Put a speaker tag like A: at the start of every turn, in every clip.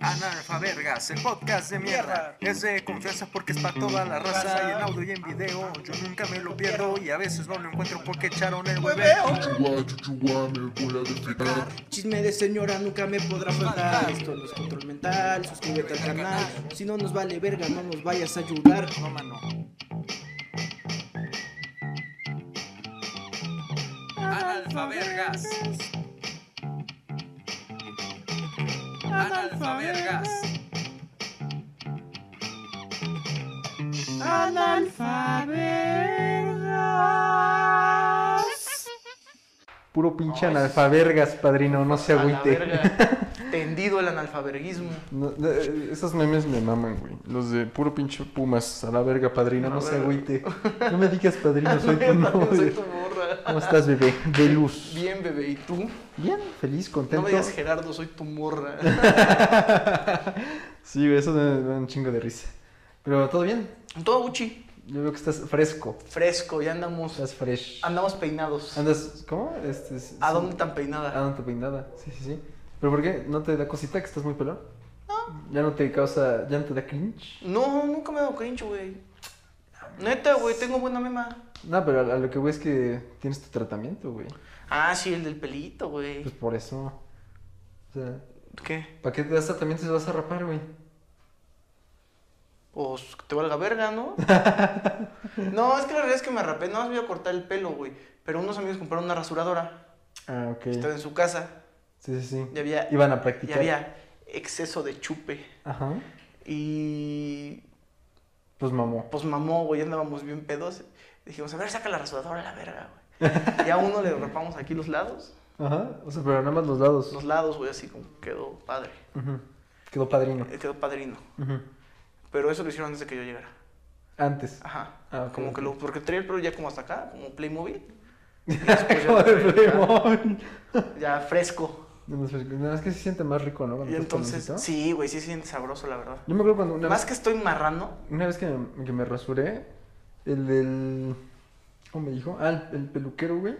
A: Analfabergas, el podcast de mierda. Es de confianza porque es para toda la raza. Y en audio y en video, yo nunca me lo pierdo. Y a veces no lo encuentro porque echaron el hueveo.
B: Chuchuá, chuchuá, me voy a despegar.
C: Chisme de señora nunca me podrá faltar. Esto no es control mental, suscríbete al canal. Si no nos vale verga, no nos vayas a ayudar.
A: No, mano.
D: Analfabergas. Analfabergas.
E: Puro pinche analfabergas, padrino, no se agüite.
C: Tendido el analfaberguismo.
E: No, eh, esos memes me maman, güey. Los de puro pinche Pumas, a la verga, padrino, no se agüite. No me digas, padrino, soy tu novio.
C: morra.
E: ¿Cómo estás, bebé? De luz.
C: Bien, bebé, ¿y tú?
E: Bien, feliz,
C: No
E: contento.
C: me digas Gerardo, soy tu morra.
E: Sí, güey, eso me da un chingo de risa. Pero todo bien.
C: Todo Gucci,
E: Yo veo que estás fresco.
C: fresco, ya andamos,
E: Estás fresh.
C: andamos peinados.
E: Andas, ¿cómo? Este, sí,
C: ¿A
E: sí.
C: dónde tan
E: Ah,
C: peinada?
E: no te peinada. Sí, sí, sí. ¿Pero por qué? ¿No te da cosita que estás muy pelón? No. ¿Ya no te causa, ya no te da cringe?
C: No, nunca me ha dado cringe, güey. Neta, güey, tengo buena mema.
E: No, pero a, a lo que voy es que tienes tu tratamiento, güey.
C: Ah, sí, el del pelito, güey.
E: Pues por eso. O sea,
C: ¿Qué?
E: ¿para qué te das tratamiento si vas a rapar, güey?
C: Pues que te valga verga, ¿no? no, es que la realidad es que me rapé, no más me iba a cortar el pelo, güey. Pero unos amigos compraron una rasuradora,
E: Ah, ok.
C: estaba en su casa,
E: Sí, sí, sí.
C: y había,
E: Iban a
C: y
E: practicar.
C: había exceso de chupe.
E: Ajá.
C: Y
E: Pues mamó.
C: pues mamó, güey, andábamos bien pedos. Dijimos, a ver, saca la rasuradora a la verga, güey. Y a uno le rapamos aquí los lados,
E: Ajá. O sea, pero nada más los lados.
C: los lados, güey, así como quedó padre.
E: Ujú. Quedó padrino.
C: Eh, Quedó padrino.
E: Ujú.
C: Pero eso lo hicieron antes de que yo llegara.
E: Antes.
C: Ajá.
E: Ah, ok,
C: Como
E: ok.
C: que lo, porque traía el pelo ya como hasta acá, como Playmobil. Y después ya,
E: Como de
C: lo traía acá,
E: Playboy.
C: ya fresco.
E: No, no, es- no, es que se siente más rico, ¿no? Cuando
C: Y
E: estás
C: entonces,
E: peloncito.
C: sí, güey, sí se siente sabroso, la verdad.
E: Yo me acuerdo cuando una
C: Más
E: vez,
C: que estoy marrano,
E: una vez que, me- que me rasuré, el del... ¿Cómo me dijo? Ah, el, el peluquero, güey.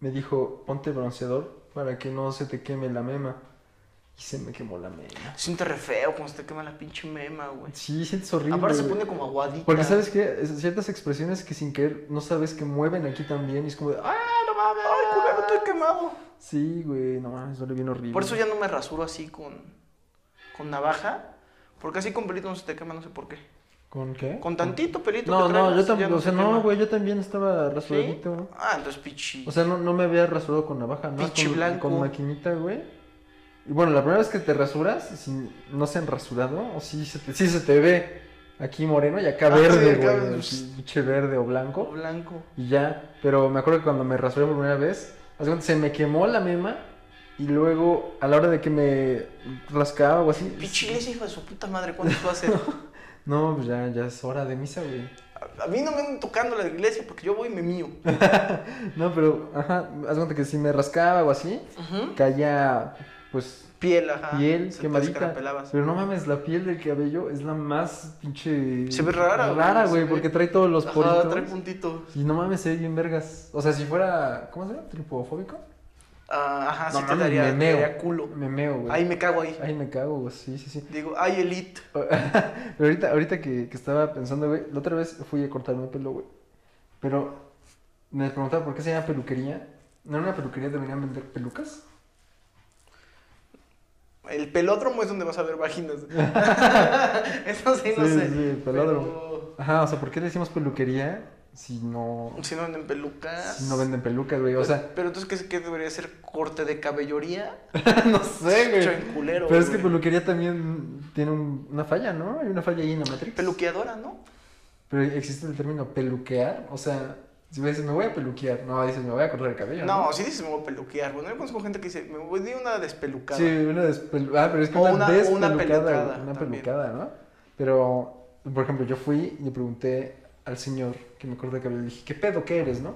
E: Me dijo, ponte bronceador para que no se te queme la mema. Y se me quemó la mema.
C: se siente re feo cuando se te quema la pinche mema, güey.
E: Sí, sientes horrible.
C: Aparte se
E: güey.
C: pone como aguadita.
E: Porque sabes que ciertas expresiones que sin querer no sabes que mueven aquí también. Y es como de, ¡ah!
C: ¡Ah, no mames! ¡Ay, culero, estoy quemado!
E: Sí, güey, no mames, duele bien horrible.
C: Por eso ya no me rasuro así con, con navaja. Porque así con pelito no se te quema, no sé por qué.
E: ¿Con qué?
C: Con tantito pelito
E: No,
C: que
E: no,
C: traigas,
E: yo
C: ya
E: también, o
C: se
E: sea,
C: quema.
E: no, güey, yo también estaba
C: ¿Sí?
E: rasuradito.
C: Ah, entonces pichi.
E: O sea, no, no me había rasurado con navaja, ¿no?
C: Pinche
E: con,
C: blanco.
E: con maquinita, güey. Y bueno, la primera vez que te rasuras, si no se han rasurado, o si se te, sí se te ve aquí moreno y acá
C: Ah, sí,
E: verde,
C: acá
E: güey.
C: ves.
E: así, Pinche verde o
C: O
E: blanco.
C: blanco.
E: Y ya, pero me acuerdo que cuando me rasuré por primera vez, haz de cuenta, se me quemó la mema y luego a la hora de que me rascaba o así. pues,
C: Pichiles, hijo de su puta madre, ¿cuándo se va a hacer?
E: No, pues ya, ya es hora de misa, güey.
C: A- A mí no me andan tocando la iglesia porque yo voy y me mío.
E: No, pero, ajá, haz de cuenta que si me rascaba o así,
C: Ujú.
E: caía, pues,
C: Piel, ajá.
E: piel
C: Ah, se te
E: quemadita.
C: descarapelabas.
E: Pero no mames, la piel del cabello es la más pinche.
C: Se ve rara, güey,
E: Rara,
C: se
E: güey,
C: ve-
E: porque trae todos los
C: Ajá,
E: poritos.
C: trae puntitos.
E: Y no mames, se ve bien vergas. O sea, si fuera. ¿Cómo se llama? ¿Tripofóbico?
C: Ah, ajá,
E: No
C: sí te
E: mames,
C: daría,
E: me
C: te
E: meo.
C: daría culo.
E: Me meo, güey.
C: Ahí me cago ahí.
E: Ay, me cago, güey. Sí, sí, sí.
C: Digo, ay, elite.
E: Pero ahorita, ahorita que, que estaba pensando, güey, la otra vez fui a cortarme el pelo, güey. Pero me preguntaba por qué se llama peluquería. ¿No era una peluquería deberían vender pelucas?
C: El pelódromo es donde vas a ver vaginas. Eso sí, no
E: Sí,
C: sé.
E: sí, el pelódromo.
C: Pero
E: Ajá, o sea, ¿por qué le decimos peluquería si no,
C: Si no venden pelucas.
E: si no venden pelucas, güey? O
C: Pues,
E: sea,
C: Pero entonces, ¿qué, qué debería ser? ¿Corte de cabelloría?
E: no sé,
C: Hecho
E: güey.
C: en culero,
E: Pero es que
C: güey.
E: peluquería también tiene un- una falla, ¿no? Hay una falla ahí en la matriz.
C: Peluqueadora, ¿no?
E: Pero existe el término peluquear. O sea, si me dices, me voy a peluquear. No, dices, me voy a cortar el cabello.
C: No, si dices me voy a peluquear. Bueno, yo conozco gente que dice, me voy a una despelucada.
E: Sí, una despelu... Ah, pero es que
C: O
E: una,
C: una- o una
E: despelucada. Una pelucada,
C: pelucada también.
E: ¿no? Pero, por ejemplo, yo fui y le pregunté al señor que me corta el cabello. Le dije, ¿qué pedo que eres, no? O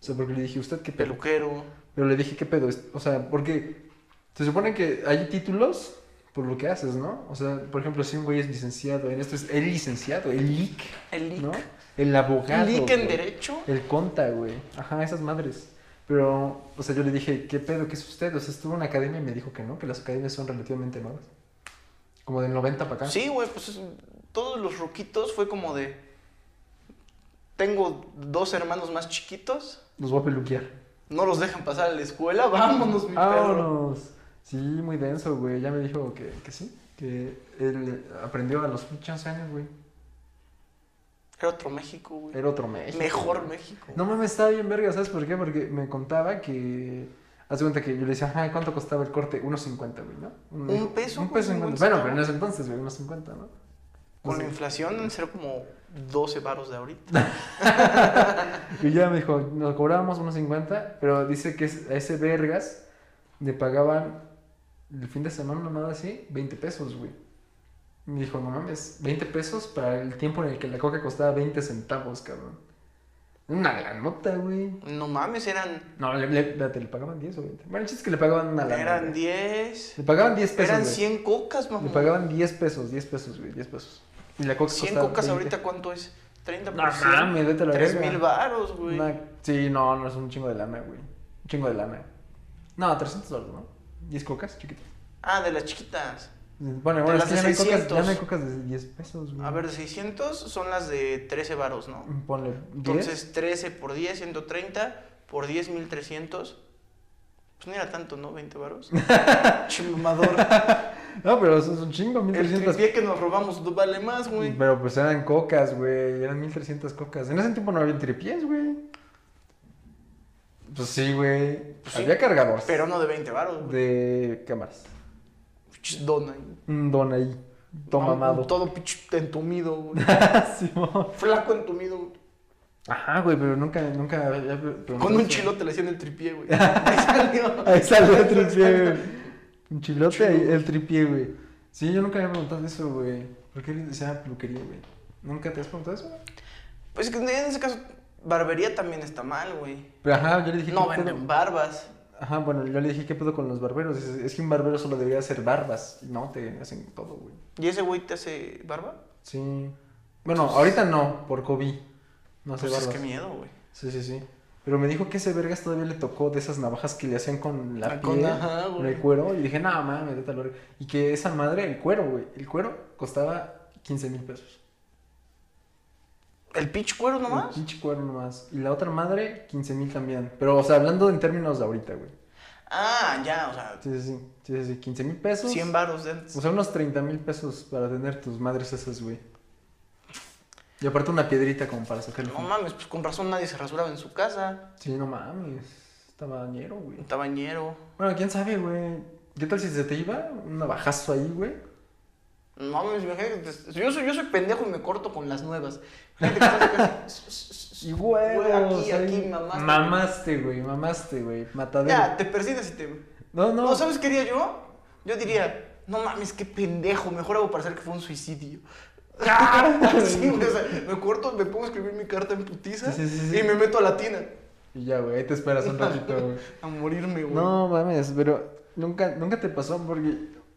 E: sea, porque le dije, ¿usted qué pedo?
C: Peluquero.
E: Pero le dije, ¿qué pedo? es? O sea, porque se supone que hay títulos por lo que haces, ¿no? O sea, por ejemplo, si un güey es licenciado en esto, es el licenciado, el lic,
C: El lic.
E: ¿no? El abogado.
C: Lic en
E: güey.
C: derecho.
E: El conta, güey. Ajá, esas madres. Pero, o sea, yo le dije, ¿qué pedo? ¿Qué es usted? O sea, estuvo en una academia y me dijo que no, que las academias son relativamente nuevas. Como del 90 para acá.
C: Sí, güey, pues es- todos los ruquitos fue como de. Tengo dos hermanos más chiquitos,
E: Los voy a peluquear.
C: no los dejan pasar a la escuela, vámonos, mi perro.
E: Vámonos. Sí, muy denso, güey. Ya me dijo que, que sí. Que él aprendió a los pinches años, güey.
C: Era otro México, güey.
E: Era otro México.
C: Mejor
E: güey.
C: México.
E: No mames, estaba bien verga, ¿sabes por qué? Porque me contaba que. Haz de cuenta que yo le decía, ajá, ¿cuánto costaba el corte? 1.50, güey, ¿no? Y me
C: Un peso,
E: Un
C: güey,
E: peso 50.
C: 50
E: Bueno, pero en ese entonces, güey, 1.50, ¿no?
C: Con la
E: Entonces,
C: inflación han ser como 12 varos de ahorita.
E: Y ya me dijo, nos cobrábamos 1.50, pero dice que es- a ese vergas le pagaban el fin de semana, una madre así, 20 pesos, güey. Me dijo, no mames, 20 pesos para el tiempo en el que la coca costaba 20 centavos, cabrón. Una gran nota, güey.
C: No mames, eran,
E: No, le, le- espérate, ¿le pagaban 10 o 20. Bueno, el chiste es que le pagaban una lana.
C: eran
E: güey.
C: 10,
E: Le pagaban 10 pesos.
C: eran
E: güey.
C: 100 cocas, mamá.
E: Le pagaban 10 pesos, 10 pesos, güey, 10 pesos. Y la coca
C: 100
E: costaba
C: cocas
E: 20.
C: ahorita, ¿cuánto es? 30
E: No mames, vete a la
C: 3
E: verga.
C: mil varos, güey.
E: Una- Sí, no, no es un chingo de lana, güey. Un chingo de lana. No, 300 dólares, ¿no? 10 cocas chiquitas.
C: Ah, de las chiquitas.
E: Bueno,
C: De
E: bueno, es
C: las
E: que
C: de
E: ya no, hay cocas,
C: 600.
E: ya no hay cocas de 10 pesos, güey.
C: A ver, 600 son las de 13 varos, ¿no?
E: Ponle 10.
C: Entonces, 13 por 10, 130, por 10, 1300. Pues no era tanto, ¿no? 20 varos. Chimamador.
E: No, pero eso es un chingo,
C: El
E: 1300.
C: tripié que nos robamos no vale más, güey.
E: Pero pues eran cocas, güey. Eran 1300 cocas. En ese tiempo no había tripiés, güey. Pues sí, güey.
C: Pues sí,
E: había cargadores.
C: Pero no de 20 varos, güey.
E: De cámaras.
C: Pinches Dona. ahí.
E: Un don ahí. Tomamado.
C: Todo pinche entumido, güey.
E: Simón.
C: Flaco entumido, güey.
E: Ajá, güey, pero nunca, nunca. había- pero
C: Con
E: no
C: un
E: sé.
C: chilote le hacían el tripié, güey. Ahí salió.
E: Ahí salió el
C: Ahí
E: tripié,
C: salió.
E: güey. Un chilote, ahí, el tripié, güey. Sí, yo nunca había preguntado eso, güey. ¿Por qué le decía peluquería, güey? ¿Nunca te has preguntado eso?
C: Pues es que en ese caso, barbería también está mal, güey.
E: Pero ajá, yo le dije.
C: No
E: ¿qué pedo?
C: venden barbas. Ajá.
E: Ajá, bueno, yo le dije, ¿qué pedo con los barberos? Es, es que un barbero solo debería hacer barbas. Y No, te hacen todo, güey.
C: ¿Y ese güey te hace barba?
E: Sí. Bueno, ahorita no, por COVID. No hace
C: Pues es
E: barbas.
C: que miedo, güey.
E: Sí, sí, sí. Pero me dijo que ese vergas todavía le tocó de esas navajas que le hacían con la
C: Ah, con-
E: piel,
C: ajá,
E: con
C: güey.
E: el cuero. Y dije, no, mames, vete a la verga". Y que esa madre, el cuero, güey, el cuero costaba 15 mil pesos.
C: ¿El pinche cuero
E: El
C: nomás?
E: pinche cuero nomás. Y la otra madre, 15 mil también. Pero, o sea, hablando en términos de ahorita, güey.
C: Ah, ya, o sea,
E: Sí, sí, sí. Sí, sí, sí. 15 mil pesos.
C: 100 baros de antes.
E: O sea, unos 30 mil pesos para tener tus madres esas, güey. Y aparte una piedrita como para sacarle.
C: No mames, pues con razón nadie se rasuraba en su casa.
E: sí, no mames. Estaba dañero, güey.
C: Un tabañero.
E: Bueno, quién sabe, güey. ¿Qué tal si se te iba un navajazo ahí, güey?
C: No mames, imagínate. te- Yo soy, yo soy pendejo y me corto con las nuevas. Imagínate que estás acá.
E: Y güey,
C: Güey, aquí, aquí, mamaste.
E: Mamaste, güey, mamaste, güey. Matadero.
C: Ya, te persigues y te.
E: No, no.
C: No, ¿sabes qué haría yo? Yo diría, no mames, qué pendejo, mejor hago parecer que fue un suicidio.
E: Ah,
C: Así, güey, o sea, me corto, me pongo a escribir mi carta en putiza
E: Sí, sí, sí.
C: y me meto a la tina
E: Y ya, güey, ahí te esperas un ratito, güey.
C: a morirme, güey.
E: No mames, pero nunca, nunca te pasó porque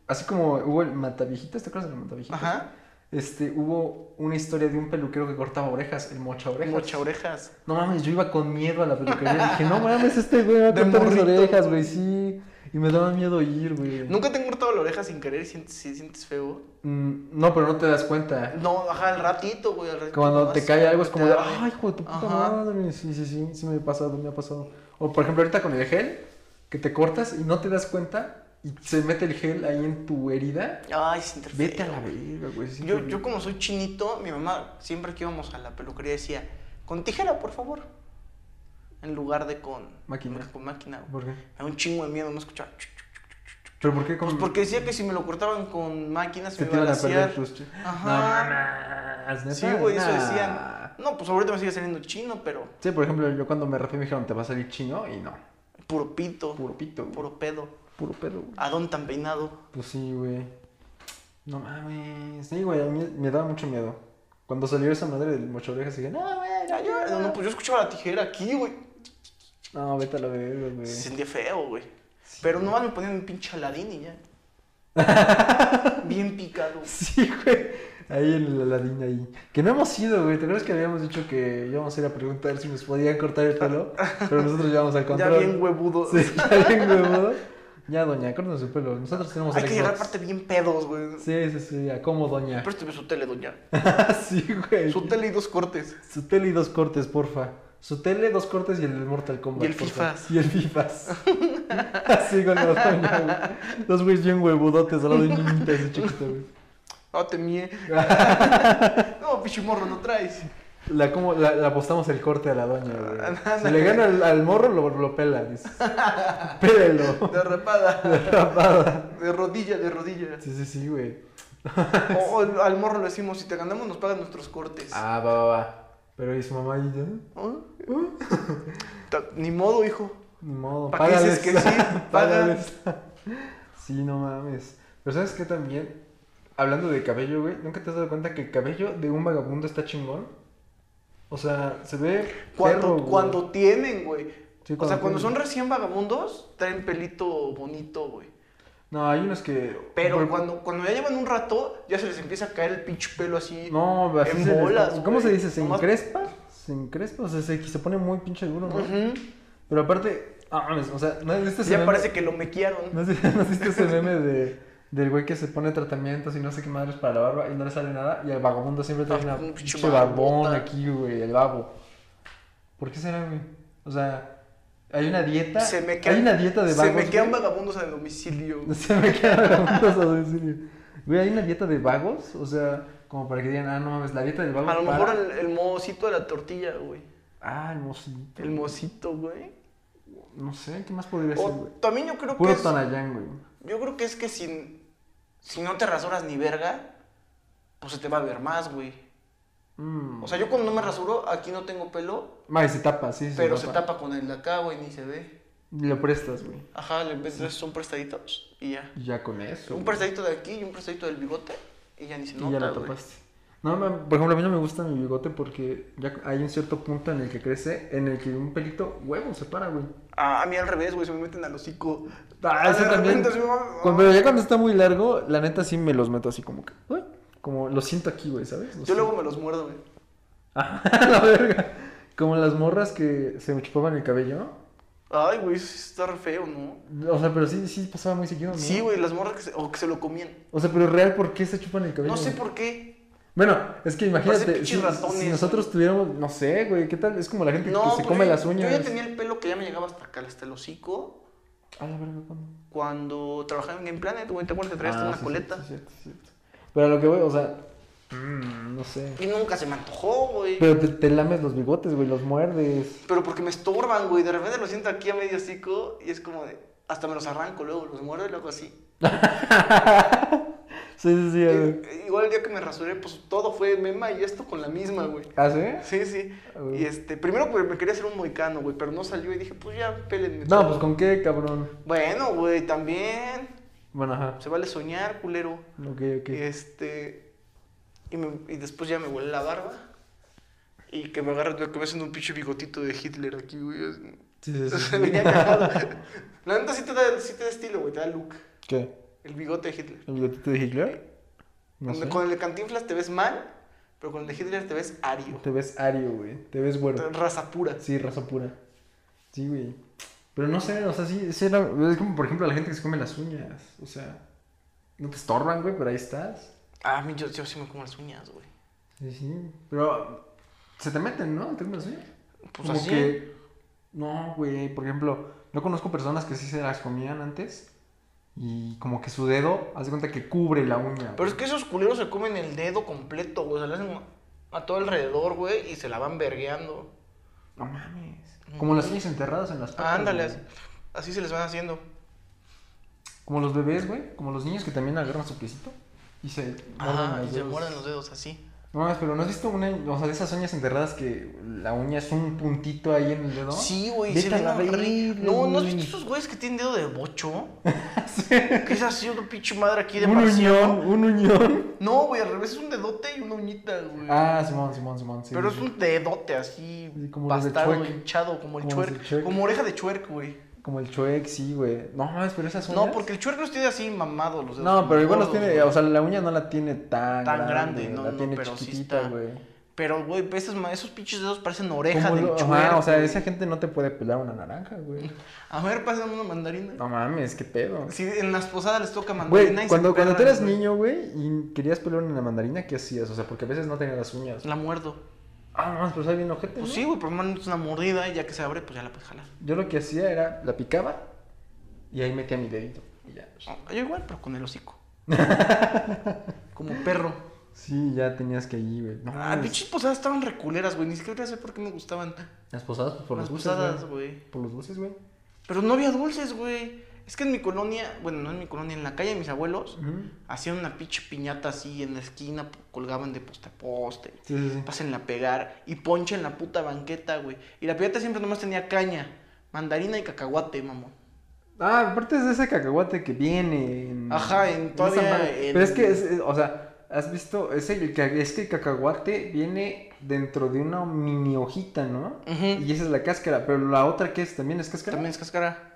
E: así como hubo el mataviejitas, ¿te acuerdas del mataviejitas?
C: Ajá,
E: Este, hubo una historia de un peluquero que cortaba orejas, el mocha orejas.
C: mocha orejas.
E: No mames, yo iba con miedo a la peluquería. Dije, no mames, este güey va a
C: De
E: cortar mis
C: morrito,
E: orejas,
C: güey.
E: güey, sí. Y me daba miedo ir, güey.
C: ¿Nunca te han cortado la oreja sin querer y sientes, si sientes feo?
E: Mm, no, pero no te das cuenta.
C: No, ajá, al ratito, güey, al ratito.
E: Cuando
C: vas,
E: te cae algo es como de,
C: darle.
E: ay, hijo de tu puta
C: Ajá.
E: madre. Sí, sí, sí, sí me ha pasado, me ha pasado. O por ejemplo, ahorita con el gel, que te cortas y no te das cuenta y se mete el gel ahí en tu herida.
C: Ay, sin interfeo.
E: Vete a la verga, güey. sí,
C: Yo,
E: güey.
C: yo como soy chinito, mi mamá siempre que íbamos a la peluquería decía, con tijera, por favor. En lugar de con
E: Máquina.
C: Con máquina. güey.
E: ¿Por qué?
C: Me da un chingo de miedo, no escuchaba. chuc, chuc.
E: ¿Pero por qué con...
C: Pues porque decía que si me lo cortaban con máquinas se
E: se te
C: me iba a
E: iban a perder
C: laciar.
E: tus... ch-
C: Ajá.
E: No mames, ¿neta?
C: Sí, güey, eso
E: Nah.
C: decían. No, pues ahorita me sigue saliendo chino, pero
E: Sí, por ejemplo, yo cuando me rapié me dijeron, te va a salir chino y no.
C: puro pito, puro,
E: Puro pito, güey.
C: pedo.
E: Puro pedo, güey.
C: Adón tan peinado.
E: Pues sí, güey. No mames. Sí, güey, a mí me daba mucho miedo. Cuando salió esa madre del mocho orejas dije, no, güey, no,
C: Ay, yo-
E: no,
C: no, pues yo escuchaba la tijera aquí, güey.
E: No, vete a la verga, güey.
C: Se sentía feo, güey. Pero nomás me ponían un pinche aladín y ya. Bien picado. güey.
E: Sí, güey. Ahí en la ladina ahí. Que no hemos ido, güey. ¿Te acuerdas que habíamos dicho que íbamos a ir a preguntar si nos podían cortar el pelo? Pero nosotros llevamos al
C: Ya
E: control.
C: bien huevudo.
E: Sí, ya bien huevudo. Ya, doña, corten su pelo. Nosotros tenemos
C: Hay que llegar
E: Xbox.
C: aparte bien pedos, güey.
E: Sí, sí, sí, a cómo doña.
C: Préstame su tele, doña.
E: sí, güey.
C: Su tele y dos cortes.
E: Su tele y dos cortes, porfa. Su tele, dos cortes y el Mortal Kombat.
C: Y el
E: porfa.
C: Fifas.
E: Y el FIFAs. Así con la doña, güey. Los güeyes bien huevudotes al lado de un niñito así chiquito, güey.
C: No Ah, te mie. no, pichimorro, no traes.
E: La, como, la, la apostamos el corte a la doña, güey. Si
C: Ah, Ándale.
E: le gana al, al morro, lo, lo pela, dices. Pélelo.
C: Derrapada.
E: Rapada.
C: De rodilla, de rodilla.
E: Sí, sí, sí, güey.
C: O, o al morro le decimos, si te ganamos nos pagan nuestros cortes.
E: Ah, va, va, va. Pero y su mamá y yo.
C: ¿Ah? ¿Eh? Ta- Ni modo, hijo.
E: Ni modo.
C: ¿Pa' qué dices que sí? Paga.
E: Págales. sí, no mames. Pero ¿sabes qué también? Hablando de cabello, güey, ¿nunca te has dado cuenta que el cabello de un vagabundo está chingón? O sea, se ve perro,
C: Cuando,
E: güey.
C: cuando tienen, güey.
E: Sí,
C: o sea, cuando
E: tienen.
C: son recién vagabundos, traen pelito bonito, güey.
E: No, hay unos que...
C: Pero
E: por-
C: cuando, cuando ya llevan un rato, ya se les empieza a caer el pinche pelo así.
E: No, así
C: en
E: se les-
C: bolas, güey.
E: ¿Cómo se dice? ¿Se
C: Nomás-
E: encrespa? ¿Se encrespa? O sea, se, se pone muy pinche duro, ¿no?
C: Ujú.
E: Pero aparte... Ah, mames, o sea, ¿no viste ese
C: Ya
E: meme?
C: parece que lo mequearon.
E: ¿No has, no has visto ese meme de, del güey que se pone tratamientos y no sé qué madres para la barba y no le sale nada? Y el vagabundo siempre trae
C: Ah,
E: una
C: un pinche
E: pinche barbón
C: barbota.
E: aquí, güey, el babo. ¿Por qué será, güey? O sea, hay una dieta.
C: Se me
E: Hay
C: quedan-
E: una dieta de vagos.
C: Se me quedan
E: güey?
C: vagabundos a domicilio.
E: Se me quedan vagabundos a domicilio. Güey, hay una dieta de vagos. O sea, como para que digan, ah, no mames, la dieta del vago.
C: A lo
E: para-
C: mejor el, el mocito de la tortilla, güey.
E: Ah, el mocito.
C: El mocito, güey.
E: No sé, ¿qué más podría ser,
C: O
E: güey?
C: también yo creo que
E: Puro
C: es,
E: Tonayán, güey.
C: yo creo que es que si, si no te rasuras ni verga, pues se te va a ver más, güey.
E: Mm.
C: O sea, yo cuando no me rasuro, aquí no tengo pelo,
E: Madre, se tapa, sí, sí.
C: pero se tapa con el de acá, güey, ni se ve.
E: Lo prestas, güey.
C: Ajá, le ves son prestaditos y ya.
E: Y Ya con eso.
C: Un
E: güey.
C: prestadito de aquí y un prestadito del bigote y ya ni se
E: Y ya
C: nota,
E: la
C: güey.
E: tapaste. No, ma- por ejemplo, a mí no me gusta mi bigote porque ya hay un cierto punto en el que crece, en el que un pelito huevo se para, güey.
C: Ah, a mí al revés, güey, se me meten al hocico.
E: Ah, eso
C: de
E: también.
C: repente "Oh". se me va- ah,
E: Cuando- Pero ya cuando está muy largo, la neta sí me los meto así como que, uy, como lo siento aquí, güey, ¿sabes? O
C: Yo
E: sea,
C: luego me los muerdo, güey.
E: ajá, la verga. Como las morras que se me chupaban el cabello.
C: Ay, güey, eso sí está re feo, ¿no?
E: O sea, pero sí, sí pasaba muy seguido, ¿no?
C: Sí, güey, las morras que se, o que se lo comían.
E: O sea, pero real, ¿por qué se chupan el cabello?
C: No sé
E: güey?
C: por qué.
E: Bueno, es que
C: Parecen
E: imagínate,
C: Pues pinches
E: si,
C: ratones,
E: si nosotros tuviéramos, no sé, güey, ¿qué tal? Es como la gente
C: No,
E: que se
C: pues
E: come
C: yo-
E: las uñas.
C: Yo ya tenía el pelo que ya me llegaba hasta acá, hasta el hocico.
E: A la verga, ¿cuándo?
C: Cuando trabajaba en Game Planet, güey, te acuerdas que traías
E: Ah,
C: una
E: sí,
C: coleta.
E: sí, sí, cierto, cierto. Pero a lo que voy, o sea, mm, no sé.
C: Y nunca se me antojó, güey. Pero,
E: Pero te, te lames los bigotes, güey, los muerdes.
C: porque me estorban, güey. De repente lo siento aquí a medio hocico y es como de. Hasta me los arranco luego, los muerdo y luego así.
E: Sí, sí, sí. güey.
C: Eh, Igual el día que me rasuré, pues todo fue mema y esto con la misma, güey.
E: ¿Ah, sí?
C: Sí, sí.
E: Ah,
C: Y este, primero pues, me quería hacer un moicano, güey, pero no salió y dije, pues ya, pélenme.
E: No,
C: todo.
E: pues con qué, cabrón.
C: Bueno, güey, también.
E: Bueno, ajá.
C: Se vale soñar, culero.
E: Ok, ok.
C: Este. Y, me- y después ya me huele la barba. Y que me agarra, que me hacen un pinche bigotito de Hitler aquí, güey. así.
E: Sí, sí, sí,
C: Se
E: sí.
C: veía cagado. La neta sí te da, sí te da estilo, güey, te da look.
E: ¿Qué?
C: El bigote de Hitler.
E: ¿El bigotito de
C: Eh,
E: Hitler? No
C: Donde
E: sé.
C: Con el de Cantinflas te ves mal, pero con el de Hitler te ves ario.
E: Te ves ario, güey. Te ves güero.
C: Raza pura.
E: Sí, raza pura. Sí, güey. Pero no sé, o sea, sí, sí era- es como, por ejemplo, la gente que se come las uñas. O sea, no te estorban, güey, pero ahí estás.
C: Ah, a mí yo, yo sí me como las uñas, güey.
E: Sí, sí. Pero se te meten, ¿no? ¿Te comen las uñas?
C: Pues
E: Como
C: así.
E: que- No, güey, por ejemplo, yo conozco personas que sí se las comían antes y como que su dedo, haz de cuenta que cubre la uña.
C: Pero
E: güey.
C: es que esos culeros se comen el dedo completo, güey. Se le hacen a todo alrededor, güey, y se la van vergueando.
E: No mames. Como las uñas enterradas en las patas.
C: Ándale,
E: güey.
C: así, así se les van haciendo.
E: Como los bebés, güey. Como los niños que también agarran su piecito y se muerden
C: Ajá,
E: los
C: y se
E: dedos.
C: muerden los dedos así.
E: No mames, pero ¿no has visto una, o sea, de esas uñas enterradas que la uña es un puntito ahí en el dedo?
C: Sí, güey,
E: Vete
C: se
E: a
C: ven
E: la
C: horrible.
E: horrible,
C: No, ¿no has
E: güey.
C: visto esos güeyes que tienen dedo de bocho?
E: Sí.
C: Que es así una pinche madre aquí de
E: Un
C: marciano.
E: uñón, un uñón.
C: No, güey, al revés es un dedote y una uñita, güey.
E: Ah, Simón, Simón, Simón. sí,
C: Pero es
E: sí.
C: un dedote así,
E: Sí, como los de
C: bastardo,
E: Chueco.
C: hinchado, como el
E: Como los de
C: chuerk.
E: Chueco.
C: Como oreja de chuerk, güey.
E: Como el chuec, sí, güey. No mames, pero esas uñas.
C: No, porque el chuerk los tiene así mamados los dedos.
E: No, pero igual
C: los
E: los tiene, o sea, la uña no la tiene tan,
C: Tan grande, no,
E: la
C: no,
E: tiene
C: pero sí
E: chiquitita,
C: está.
E: güey.
C: Pero, güey, esos, ma- esos pinches dedos parecen orejas
E: ¿Cómo
C: de
E: lo-
C: chuerco.
E: Ajá, o sea,
C: güey.
E: esa gente no te puede pelar una naranja, güey.
C: A ver, pásame una mandarina.
E: No mames, qué pedo.
C: Si en las posadas les toca mandarina y
E: Güey,
C: se
E: cuando, cuando tú
C: emperran,
E: eras
C: güey.
E: niño, güey, y querías pelar una mandarina, ¿qué hacías? O sea, porque a veces no tenías las uñas.
C: La muerdo.
E: Ah, no, mames, pero sabe bien ojete,
C: Pues
E: ¿no?
C: sí, güey, por lo menos una mordida y ya que se abre, pues ya la puedes jalar.
E: Yo lo que hacía era, la picaba y ahí metía mi dedito. Y ya.
C: Ah, Yo igual, pero con el hocico. Como perro.
E: Sí, ya tenías que ir, güey. No,
C: Ah,
E: mames.
C: pinches posadas estaban reculeras, güey. Ni siquiera sé por qué me gustaban.
E: Las posadas pues, por
C: las
E: los dulces,
C: posadas,
E: güey.
C: güey.
E: Por los dulces, güey.
C: Pero no había dulces, güey. Es que en mi colonia, bueno, no en mi colonia, en la calle de mis abuelos,
E: Ujú.
C: hacían una pinche piñata así en la esquina, po- colgaban de poste a poste.
E: Sí, sí, sí.
C: Pásenla a pegar y ponche en la puta banqueta, güey. Y la piñata siempre nomás tenía caña, mandarina y cacahuate, mamón.
E: Ah, aparte es de ese cacahuate que viene en...
C: Ajá, en
E: esa
C: todavía
E: madre.
C: en-
E: Pero es que, es- es- o sea, ¿has visto? Es, el, ca- es que el cacahuate viene dentro de una mini hojita, ¿no?
C: Ujú.
E: Y esa es la cáscara, pero la otra que es, ¿también es cáscara?
C: También es cáscara.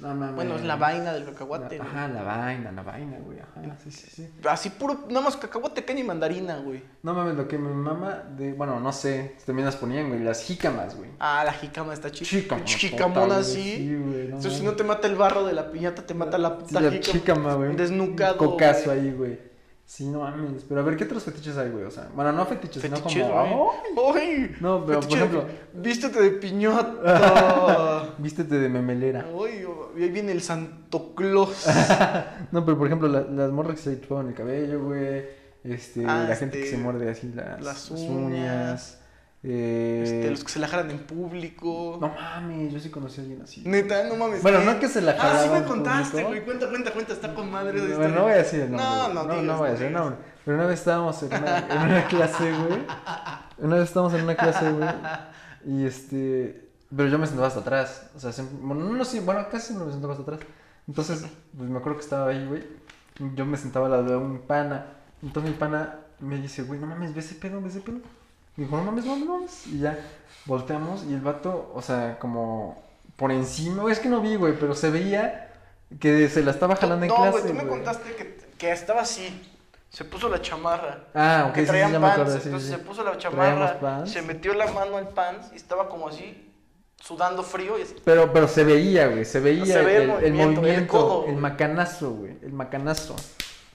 E: No, mames.
C: Bueno, es la vaina del cacahuate,
E: La-
C: güey.
E: Eh, Ajá, la vaina, la vaina, güey. Ajá, sí, sí, sí.
C: Así puro, nada más cacahuate, caña y mandarina, güey.
E: No mames, lo que mi mamá de... Bueno, no sé, también las ponían, güey, las jícamas, güey.
C: Ah, la jicama está chica.
E: Jícama,
C: Jicamona
E: puta,
C: así.
E: güey, sí, güey, no
C: Entonces, si
E: mames.
C: no te mata el barro de la piñata, te mata la
E: Sí,
C: puta
E: la
C: jícama.
E: jícama, güey.
C: Desnucado.
E: Un Cocazo
C: güey.
E: ahí, güey. Sí, no mames. Pero a ver, ¿qué otros fetiches hay, güey? O sea, bueno, no fetiches,
C: Fetiches,
E: sino
C: güey.
E: como.
C: ¡Ay!
E: No, pero, por
C: Fetiche de-
E: ejemplo-
C: Vístete de piñata.
E: ¡Oh! Vístete de memelera.
C: ¡Ay! oh, Ahí viene el Santo Claus.
E: No, pero por ejemplo, la- las morras que se chupaban el cabello, güey. Este,
C: Ah,
E: la gente que
C: este,
E: se muerde así las,
C: las
E: las
C: uñas.
E: uñas. Eh,
C: Este, los que se la jalan en público.
E: No mames, yo sí conocí a alguien así.
C: Neta, no mames.
E: Bueno,
C: ¿qué?
E: no que se la
C: Ah, sí
E: jalaban
C: me contaste,
E: público.
C: güey. Cuenta, cuenta, cuenta. Está con madre. esa
E: Bueno,
C: historia.
E: no voy a decir el nombre.
C: No,
E: güey.
C: no,
E: no,
C: digas, pues.
E: no voy a decir el nombre. Pero una vez estábamos en una, en una clase, güey. Una vez estábamos en una clase, güey. Y este. Pero yo me sentaba hasta atrás. O sea, siempre- bueno, no, sí, bueno, casi no me sentaba hasta atrás. Entonces, pues me acuerdo que estaba ahí, güey. Yo me sentaba al lado de un pana. Entonces mi pana me dice, güey, no mames, ve ese pedo, ve ese pedo. Y dijo, no mames, no mames, no mames. Y ya volteamos y el vato, o sea, como por encima, es que no vi, güey, pero se veía que se la estaba jalando en
C: No,
E: clase.
C: güey, tú me
E: güey.
C: contaste que, que estaba así. Se puso la chamarra.
E: Ah, ok,
C: que
E: sí, sí,
C: traían
E: ya me
C: pants.
E: acordé, sí,
C: entonces
E: sí.
C: se puso la
E: Traíamos
C: chamarra.
E: pants.
C: Se metió la mano al pants y estaba como así, sudando frío. Y así.
E: Pero, pero se veía, güey, se veía
C: Se ve el
E: el, el
C: movimiento, el
E: movimiento, el,
C: codo, güey.
E: macanazo, güey, el macanazo,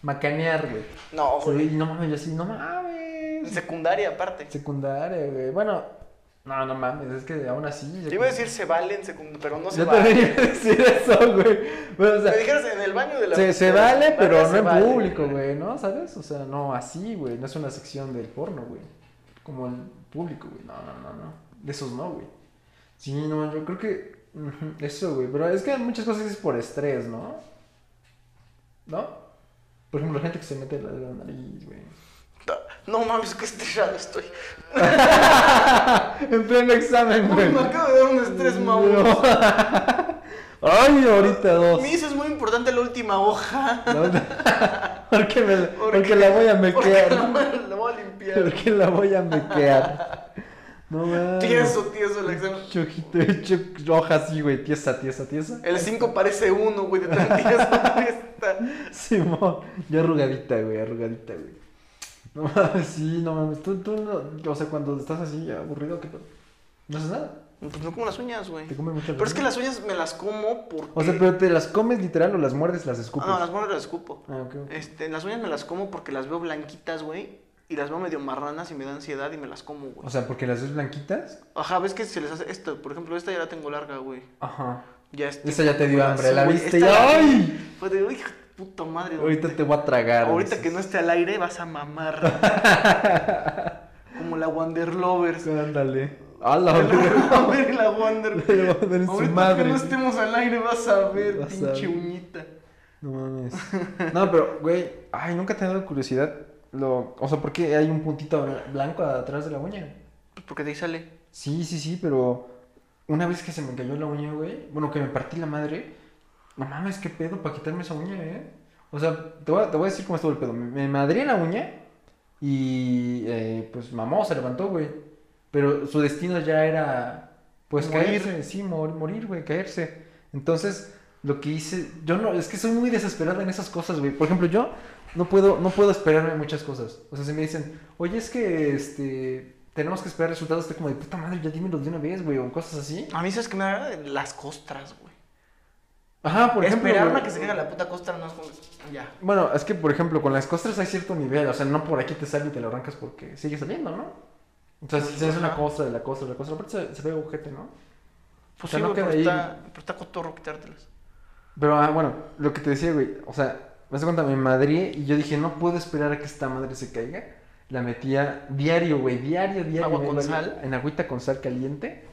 E: macanear, güey.
C: No,
E: Se ve-
C: Oh, güey.
E: y no mames, yo así, no
C: En
E: mames.
C: secundaria, aparte.
E: Secundaria, güey, bueno, no, no mames, es que aún así.
C: Te iba a decir se vale en secundaria, pero no se
E: yo
C: vale.
E: también iba a decir eso, güey. Bueno, o sea,
C: Me dijeras en el baño de la.
E: se, se
C: de la
E: vale, pero
C: primaria
E: no
C: se
E: en
C: vale.
E: público, güey, ¿no? ¿Sabes? O sea, no así, güey, no es una sección del porno, güey. Como el público, güey. No, no, no, no. De esos no, güey. Sí, no, yo creo que ujú, eso, güey. Pero es que hay muchas cosas que es por estrés, ¿no? ¿No? Por ejemplo, la gente que se mete la, la nariz, güey.
C: No mames, que estresado estoy.
E: en pleno examen,
C: Uy,
E: güey.
C: me acabo de dar un estrés, mamón.
E: No. Ay, ahorita dos.
C: Me dices muy importante la última hoja.
E: La- porque, me, la- porque la voy a
C: Porque
E: mequear.
C: la voy- la voy a limpiar.
E: Porque la voy a mequear. No mames.
C: Tieso, tieso el examen.
E: Chojito, cho- hoja así, güey. Tiesa, tiesa, tiesa.
C: El 5 parece 1, güey, de tan tiesa que está.
E: Simón. Ya arrugadita, güey, arrugadita, güey. No mames, sí, no mames. Tú, tú, no- o sea, cuando estás así aburrido, ¿qué pedo? No haces nada.
C: Pues no como las uñas, güey.
E: Te comes mucho.
C: Pero es que las uñas me las como porque.
E: O sea, pero te las comes literal o las muerdes, las
C: Ah,
E: escupes.
C: no, las manos las escupo.
E: Ah, ok, ok.
C: Este, las uñas me las como porque las veo blanquitas, güey. Y las veo medio marranas y me da ansiedad y me las como, güey.
E: O sea, porque las ves blanquitas.
C: Ajá, ves que se les hace esto. Por ejemplo, esta ya la tengo larga, güey.
E: Ajá.
C: Ya este, está.
E: Esa ya te dio hambre, la viste y- ¡ay!
C: Pues de, uy, hija de puta madre. güey.
E: Ahorita te voy a
C: Eh,
E: tragar.
C: Ahorita
E: dices.
C: que no esté al aire vas a mamar. Como la Wander Lovers.
E: Ándale. A la verga.
C: La Wander y la Wander.
E: Le va a dar en su
C: Ahorita
E: madre.
C: que no estemos al aire vas a ver,
E: Vas a
C: pinche
E: ver.
C: uñita.
E: No mames. No, pero, güey, ay, nunca te he dado curiosidad. Lo, o sea, ¿por qué hay un puntito bla- blanco atrás de la uña?
C: Pues porque de ahí sale.
E: Sí, sí, sí, pero una vez que se me cayó la uña, güey, bueno, que me partí la madre, no mames, qué pedo para quitarme esa uña, ¿eh? O sea, te voy a, te voy a decir cómo estuvo el pedo. Me, me madré la uña y eh, pues mamó, se levantó, güey. Pero su destino ya era, pues
C: Morir.
E: caerse, sí, mor- morir, güey, caerse. Entonces, Lo que hice, yo no, es que soy muy desesperada en esas cosas, güey. Por ejemplo, yo no puedo, no puedo esperarme muchas cosas. O sea, si me dicen, oye, es que, este, tenemos que esperar resultados, estoy como de puta madre, ya dímelo de una vez, güey, o cosas así.
C: A mí, ¿sabes que me da las costras, güey?
E: Ajá, por ejemplo.
C: Esperarme
E: güey.
C: a que se caiga la puta costra no es como. Ya.
E: Bueno, es que, por ejemplo, con las costras hay cierto nivel, o sea, no por aquí te sale y te lo arrancas porque sigue saliendo, ¿no? O sea, si tienes una
C: Ajá.
E: costra de la costra de la costra, aparte se, se ve ojete, ¿no?
C: Pues
E: O sea,
C: sí,
E: no
C: güey, pero,
E: queda ahí.
C: está, pero está cotorro quitártelas.
E: Pero ah, bueno, lo que te decía, güey, o sea, me das cuenta, me madrié y yo dije, no puedo esperar a que esta madre se caiga. La metía diario, güey, diario, diario.
C: ¿Agua
E: me
C: con
E: valía-
C: sal?
E: En agüita con sal caliente.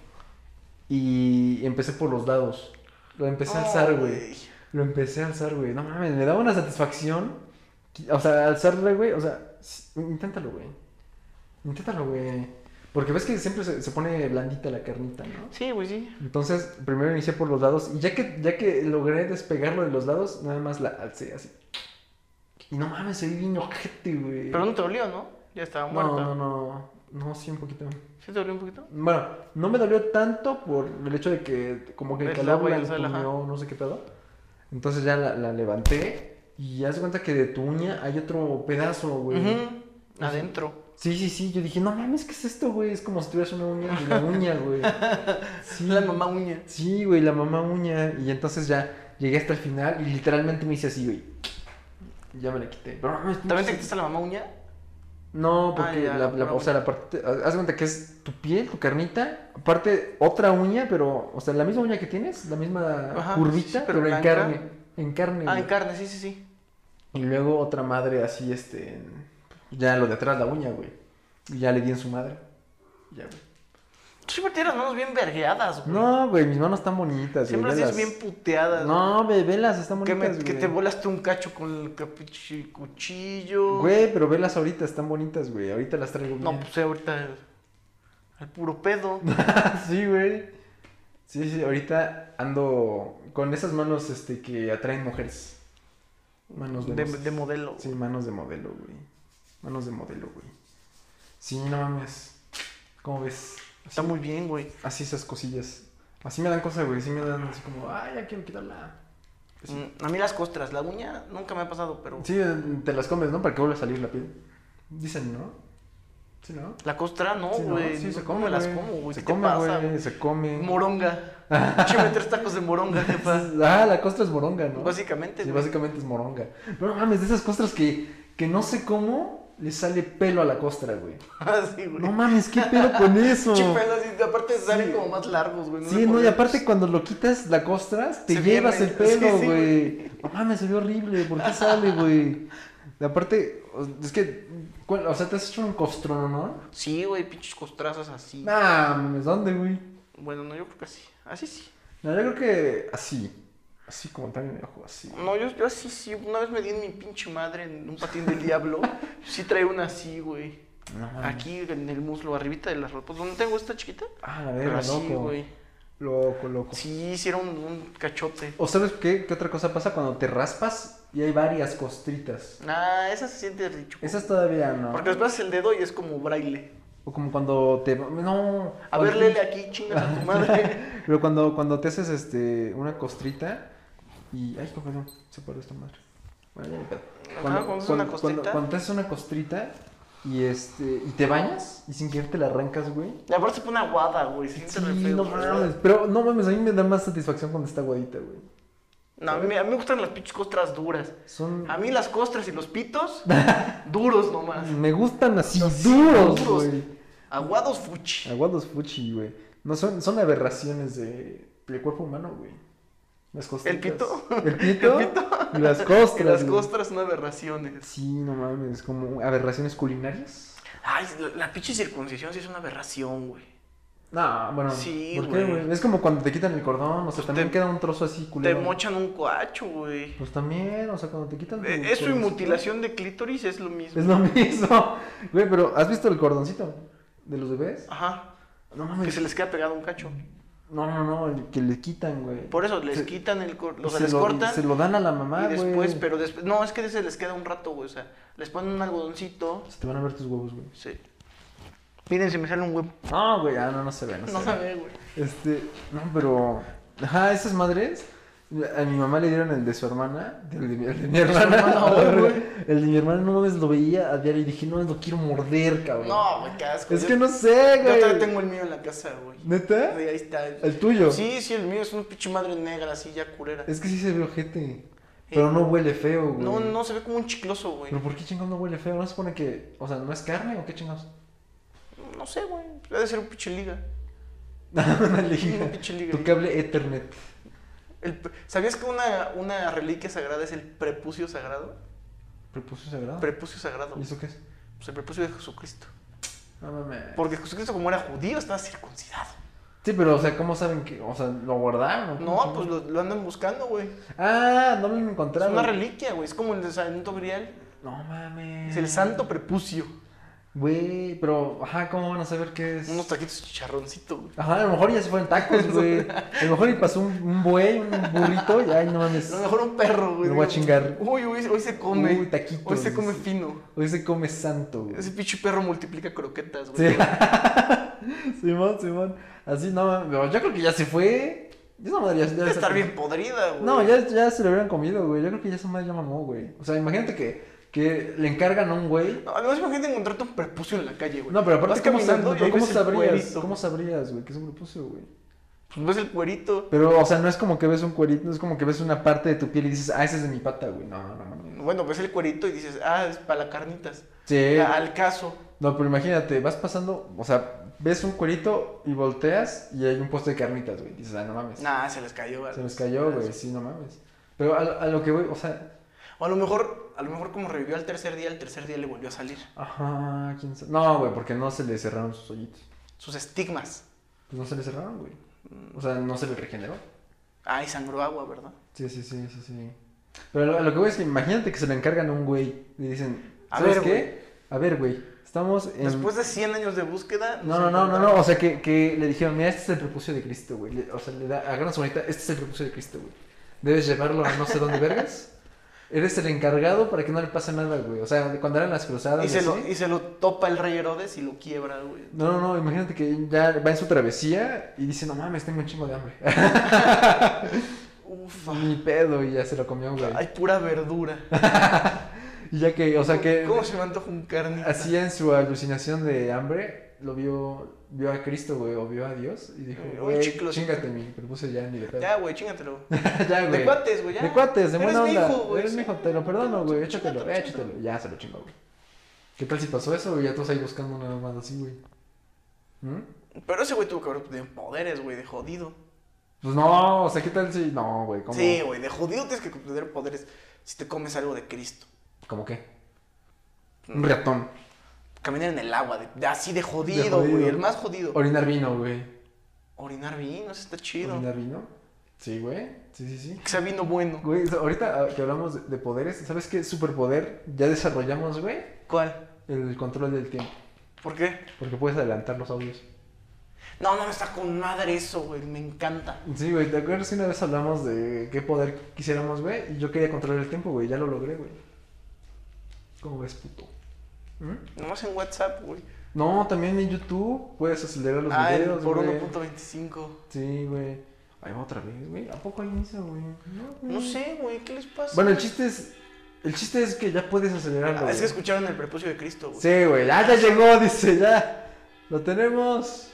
E: Y empecé por los dados. Lo empecé a alzar, güey. Lo empecé a alzar, güey. No mames, me daba una satisfacción. O sea, alzarle, güey. O sea, s- inténtalo, güey. Inténtalo, güey. Porque ves que siempre se, se pone blandita la carnita, ¿no?
C: Sí, güey, sí.
E: Entonces, primero inicié por los lados. Y ya que, ya que logré despegarlo de los lados, nada más la alcé así. Y no mames, se vi bien ojete, güey.
C: Pero no te dolió, ¿no? Ya estaba
E: no,
C: muerta.
E: no, no. No, sí, un poquito.
C: ¿Sí te dolió un poquito?
E: Bueno, no me dolió tanto por el hecho de que como que el
C: El
E: calor
C: agua y
E: la
C: el sal, ajá.
E: entumió, no sé qué pedo. Entonces ya la, la levanté y ya se cuenta que de tu uña hay otro pedazo, güey.
C: Ujú. Adentro.
E: Sí, sí, sí. Yo dije, no mames, ¿qué es esto, güey? Es como si tuvieras una uña de la uña, güey. Sí.
C: La mamá uña.
E: Sí, güey, la mamá uña. Y entonces ya llegué hasta el final y literalmente me hice así, güey. Y Ya me la quité. Pero, mames,
C: ¿También te
E: pinche-
C: quitaste la mamá uña?
E: No, porque
C: Ah, ya,
E: la,
C: la
E: la-
C: pura
E: o sea, la parte, haz de cuenta que es tu piel, tu carnita, aparte otra uña, pero, o sea, la misma uña que tienes, la misma
C: Ajá,
E: curvita,
C: sí, pero
E: pero, en
C: blanca.
E: carne, en carne.
C: Ah,
E: güey.
C: en carne, sí, sí, sí.
E: y luego otra madre así, este, en- ya lo de atrás, la uña, güey. Y ya le di en su madre. Ya, güey.
C: Tú siempre tienes las manos bien vergueadas, güey.
E: No, güey, mis manos están bonitas, güey,
C: Ah. Siempre las tienes
E: velas.
C: bien puteadas. güey.
E: No, güey, velas están
C: Que, me-
E: bonitas,
C: que
E: güey.
C: te volaste un cacho con el capichi- cuchillo.
E: Güey, pero velas ahorita, están bonitas, güey. Ahorita las traigo
C: No,
E: bien.
C: pues eh, ahorita el, el puro pedo.
E: sí, güey. Sí, sí, ahorita ando con esas manos este, que atraen mujeres. Manos de,
C: de,
E: mo-
C: de modelo.
E: Sí, manos de modelo, güey. Manos de modelo, güey. Sí, no mames. ¿Cómo ves?
C: Está muy bien, güey.
E: Así esas cosillas. Así me dan cosas, güey. Así me dan así como, ay, ya quiero quitarla. Pues sí.
C: Mm, A mí las costras, la uña nunca me ha pasado, pero
E: Sí, te las comes, ¿no? Para que vuelva a salir la piel. Dicen, ¿no? Sí, ¿no?
C: la costra no,
E: Sí, ¿no?
C: güey.
E: Sí, se
C: No
E: come,
C: me las
E: güey.
C: como, güey.
E: Se
C: ¿Qué
E: come,
C: te pasa?
E: güey. Se come.
C: Moronga. Échame tres tacos de moronga, jefa.
E: Ah, la costra es moronga, ¿no?
C: Básicamente,
E: Sí,
C: güey.
E: básicamente es moronga. No mames, de esas costras que, que no sé cómo le sale pelo a la costra, güey.
C: Así,
E: No
C: Ah, güey.
E: mames, qué pelo con eso.
C: Pinche pelo así, aparte salen
E: Sí.
C: como más largos, güey.
E: Sí,
C: sé
E: no,
C: por
E: y
C: qué.
E: aparte cuando lo quitas la costras, te
C: Se
E: llevas
C: pierde.
E: el pelo,
C: Sí, sí,
E: güey. no mames, se ve horrible, ¿por qué sale, güey? Y aparte, o- es que, ¿cuál- o sea, te has hecho un costrón, ¿no?
C: Sí, güey, pinches costrazas así.
E: Nah, mames, ¿dónde, güey?
C: Bueno, no, yo creo que así. Así sí.
E: No, yo creo que así. Así como tan en el ojo, así.
C: No, yo, yo así sí. Una vez me di en mi pinche madre en un patín del diablo. Sí trae una así, güey.
E: No mames.
C: Aquí en el muslo, arribita de las ropas. ¿Dónde tengo esta chiquita?
E: Ah, la
C: Pero
E: verga,
C: así,
E: loco.
C: güey.
E: Loco, loco.
C: Sí, hicieron un cachote.
E: ¿O sabes qué? ¿Qué otra cosa pasa cuando te raspas y hay varias costritas?
C: Ah, esa se siente rico.
E: Esas todavía no.
C: Porque les pasas el dedo y es como braille.
E: O como cuando te... No.
C: A ver, lele aquí, chingas a tu madre.
E: Pero cuando, cuando te haces este, una costrita y... Ay, cómo no, se paró esta madre. Bueno, ya ni pedo.
C: Ajá, cuando haces una
E: cuando-
C: costrita.
E: cuando te haces una costrita y, este, y te bañas y sin querer te la arrancas, güey.
C: Y aparte se pone aguada, güey. Se siente re
E: Sí,
C: Este feo,
E: no
C: güey.
E: mames. Pero no mames, a mí me da más satisfacción cuando está aguadita, güey.
C: No, a mí, a mí me gustan las pinches costras duras.
E: Son...
C: A mí las costras y los pitos, duros nomás.
E: Me gustan así,
C: Los
E: duros,
C: duros.
E: güey.
C: Aguados fuchi.
E: Aguados fuchi, güey. No son, son aberraciones de, del cuerpo humano, güey. Las costras.
C: ¿El pito?
E: El pito.
C: ¿El pito?
E: Y las
C: Que
E: costras.
C: las
E: güey.
C: costras son aberraciones.
E: Sí, no mames, como aberraciones culinarias.
C: Ay, la, la pinche circuncisión sí es una aberración, güey.
E: No, bueno.
C: Sí,
E: ¿por qué,
C: güey.
E: güey? Es como cuando te quitan el cordón, o sea,
C: Pues
E: también
C: te-
E: queda un trozo así
C: Te
E: culero.
C: mochan un coacho, güey.
E: Pues también, o sea, cuando te quitan. tu
C: Eh, Eso y
E: cordoncito,
C: mutilación de clítoris es lo mismo.
E: Es lo mismo. Güey, pero ¿has visto el cordoncito de los bebés?
C: Ajá.
E: No
C: Ah, Que
E: mames.
C: se les queda pegado un cacho.
E: No, no, no, el que le quitan, güey.
C: Por eso les
E: Se-
C: quitan el cor-
E: Y
C: o sea,
E: se
C: les
E: lo-
C: cortan
E: Se lo dan a la mamá,
C: y después,
E: güey.
C: pero después, no, es que se les queda un rato, güey, o sea, les ponen un algodoncito,
E: Se te van a ver tus huevos, güey.
C: se... Miren, se me sale un huevo.
E: No, güey, ah, no, no se ve, no,
C: No
E: se
C: se
E: ve.
C: ve, güey.
E: Este, no, pero. Ajá, esas madres. A mi mamá le dieron el de su hermana, el de mi, el de mi
C: su
E: hermana.
C: hermana, güey, güey.
E: el de mi hermana no mames lo veía a diario y dije, no, lo quiero morder, cabrón.
C: No, güey, qué asco.
E: es
C: Yo-
E: que no sé,
C: Yo
E: güey.
C: todavía tengo el mío en la casa, güey.
E: ¿Neta?
C: Güey, Ahí está.
E: ¿El tuyo?
C: Sí, sí, el mío es un pinche madre negra, así ya culera.
E: Es que sí se ve ojete. Pero no huele feo, güey.
C: No, no, se ve como un chicloso, güey.
E: ¿Pero por qué chingados no huele feo? ¿No se supone que, o sea, no es carne o qué chingados?
C: No sé, güey. Ha de ser un pinche liga.
E: Una
C: Un
E: liga.
C: pinche liga.
E: Tu cable Ethernet.
C: El pre- ¿Sabías que una, una reliquia sagrada es el prepucio sagrado?
E: ¿Prepucio sagrado?
C: Prepucio sagrado.
E: ¿Y eso qué es?
C: Pues el prepucio de Jesucristo.
E: No mames.
C: Porque Jesucristo, como era judío, estaba circuncidado.
E: Sí, pero, o sea, ¿cómo saben que, o sea, lo guardaron?
C: No, pues lo, lo andan buscando, güey.
E: Ah, no lo
C: Es
E: encontraron.
C: una reliquia, güey. Es como el de Santo Grial.
E: No mames.
C: Es el santo prepucio.
E: Güey, pero, ajá, ¿cómo van a saber qué es?
C: Unos taquitos de chicharroncito, güey.
E: Ajá, a lo mejor ya se fueron tacos, güey. A lo mejor y pasó un, un buey, un burrito, y ay, no mames.
C: A lo mejor un perro, güey.
E: Me voy a chingar.
C: Uy, hoy, hoy se come.
E: Uy, taquitos,
C: Hoy se come
E: dice.
C: fino.
E: Hoy se come santo, güey.
C: Ese pinche perro multiplica croquetas, güey.
E: Sí. Simón, Simón. Así no mames. pero Yo creo que ya se fue. Yo esa madre ya, ya
C: Debe estar
E: se-
C: bien podrida, güey.
E: No, ya, ya se lo hubieran comido, güey. Yo creo que ya esa madre ya mamó, güey. O sea, imagínate que, que le encargan a un güey.
C: No, además imagínate encontrarte un prepucio en la calle, güey.
E: No, pero aparte,
C: Vas
E: ¿cómo,
C: caminando
E: sab-
C: y ahí
E: ¿cómo
C: ves el
E: sabrías?
C: cuerito.
E: ¿Cómo sabrías, güey? Que es un prepucio, güey.
C: Pues ves el cuerito.
E: Pero, o sea, no es como que ves un cuerito, no es como que ves una parte de tu piel y dices, ah, esa es de mi pata, güey. No, no, no. no.
C: Bueno, ves el cuerito y dices, ah, es para las carnitas.
E: Sí.
C: Ah, Al caso.
E: No, pero imagínate, vas pasando, o sea, ves un cuerito y volteas y hay un puesto de carnitas, güey. Dices, ah, no mames.
C: Nah, se les cayó, güey.
E: Se nos cayó, güey, sí, no mames. Pero a, lo- a lo que voy, o sea,
C: O a lo mejor, a lo mejor como revivió al tercer día, al tercer día le volvió a salir.
E: ajá, quién sabe. No, güey, porque no se le cerraron sus hoyitos.
C: Sus estigmas.
E: Pues no se le cerraron, güey. O sea, no se le regeneró.
C: Ay, sangró agua, ¿verdad?
E: Sí, sí, sí, sí, sí. Pero a lo, a lo que voy es que imagínate que se le encargan a un güey. Le dicen,
C: A
E: ¿sabes
C: ver,
E: qué?
C: güey.
E: A ver, güey, estamos en...
C: Después de 100 años de búsqueda.
E: Em. No,
C: nos
E: no, no, no, no,
C: encontramos.
E: o sea, que, que le dijeron, mira, este es el prepucio de Cristo, güey. Le- O sea, le da, agarran su manita, este es el prepucio de Cristo, güey. Debes llevarlo a no sé dónde vergas. Eres el encargado para que no le pase nada, güey. O sea, cuando eran las cruzadas...
C: Y se,
E: así,
C: lo, y se lo topa el rey Herodes y lo quiebra, güey.
E: No, no, no, imagínate que ya va en su travesía y dice, no mames, tengo un chingo de hambre.
C: Ufa.
E: Ni pedo, y ya se lo comió, güey.
C: Ay, pura verdura.
E: Y ya que, o sea que,
C: ¿Cómo se me antoja un carnita?
E: así en su alucinación de hambre, lo vio, vio a Cristo, güey, o vio a Dios, y dijo,
C: Eh, un
E: güey,
C: chiclo, sí.
E: chingate mi prepucio ya, ni de pedo.
C: Ya, güey, chingatelo.
E: Ya, güey.
C: De cuates, güey, ya.
E: De cuates, de
C: Eres
E: buena
C: mi
E: onda.
C: hijo, güey,
E: Eres mi
C: sí.
E: hijo, te lo perdono, güey, échatelo,
C: Chúngatelo, chúngatelo.
E: échatelo. Ya, se lo chingó, güey. ¿Qué tal si pasó eso, güey? Ya todos ahí buscando nada más así, güey. ¿Mm?
C: Pero ese güey tuvo que haber tenido poderes, güey, de jodido.
E: Pues no, o sea, ¿qué tal si...? No, güey, ¿cómo?
C: Sí, güey, de jodido tienes que tener poderes si te comes algo de Cristo.
E: ¿Cómo qué? Un ratón.
C: Caminar en el agua, de, de- así de
E: De
C: jodido,
E: jodido.
C: güey, el más jodido.
E: Orinar vino, güey.
C: Orinar vino, eso está chido.
E: ¿Orinar vino? Sí, güey. Sí, sí, sí.
C: Que sea vino bueno.
E: Güey, o sea, ahorita ah, que hablamos de, de poderes, ¿sabes qué superpoder ya desarrollamos, güey?
C: ¿Cuál?
E: El control del tiempo.
C: ¿Por qué?
E: Porque puedes adelantar los audios.
C: No, no, está con madre eso, güey, me encanta.
E: Sí, güey, ¿te acuerdas que una vez hablamos de qué poder quisiéramos, güey? Y yo quería controlar el tiempo, güey, ya lo logré, güey. ¿Cómo ves, puto? ¿Mm?
C: Nomás en WhatsApp, güey.
E: No, también en YouTube puedes acelerar los
C: Ah, el
E: videos,
C: por
E: güey.
C: 1.25.
E: Sí, güey. Ahí va otra vez, güey. ¿A poco hay eso, güey? No, güey.
C: No sé, güey, ¿qué les pasa?
E: Bueno, el chiste es. El chiste es que ya puedes acelerarlo.
C: Ah, es
E: güey.
C: que escucharon el prepucio de Cristo, güey.
E: Sí, güey. Ya, ya llegó, dice, ya. Lo tenemos.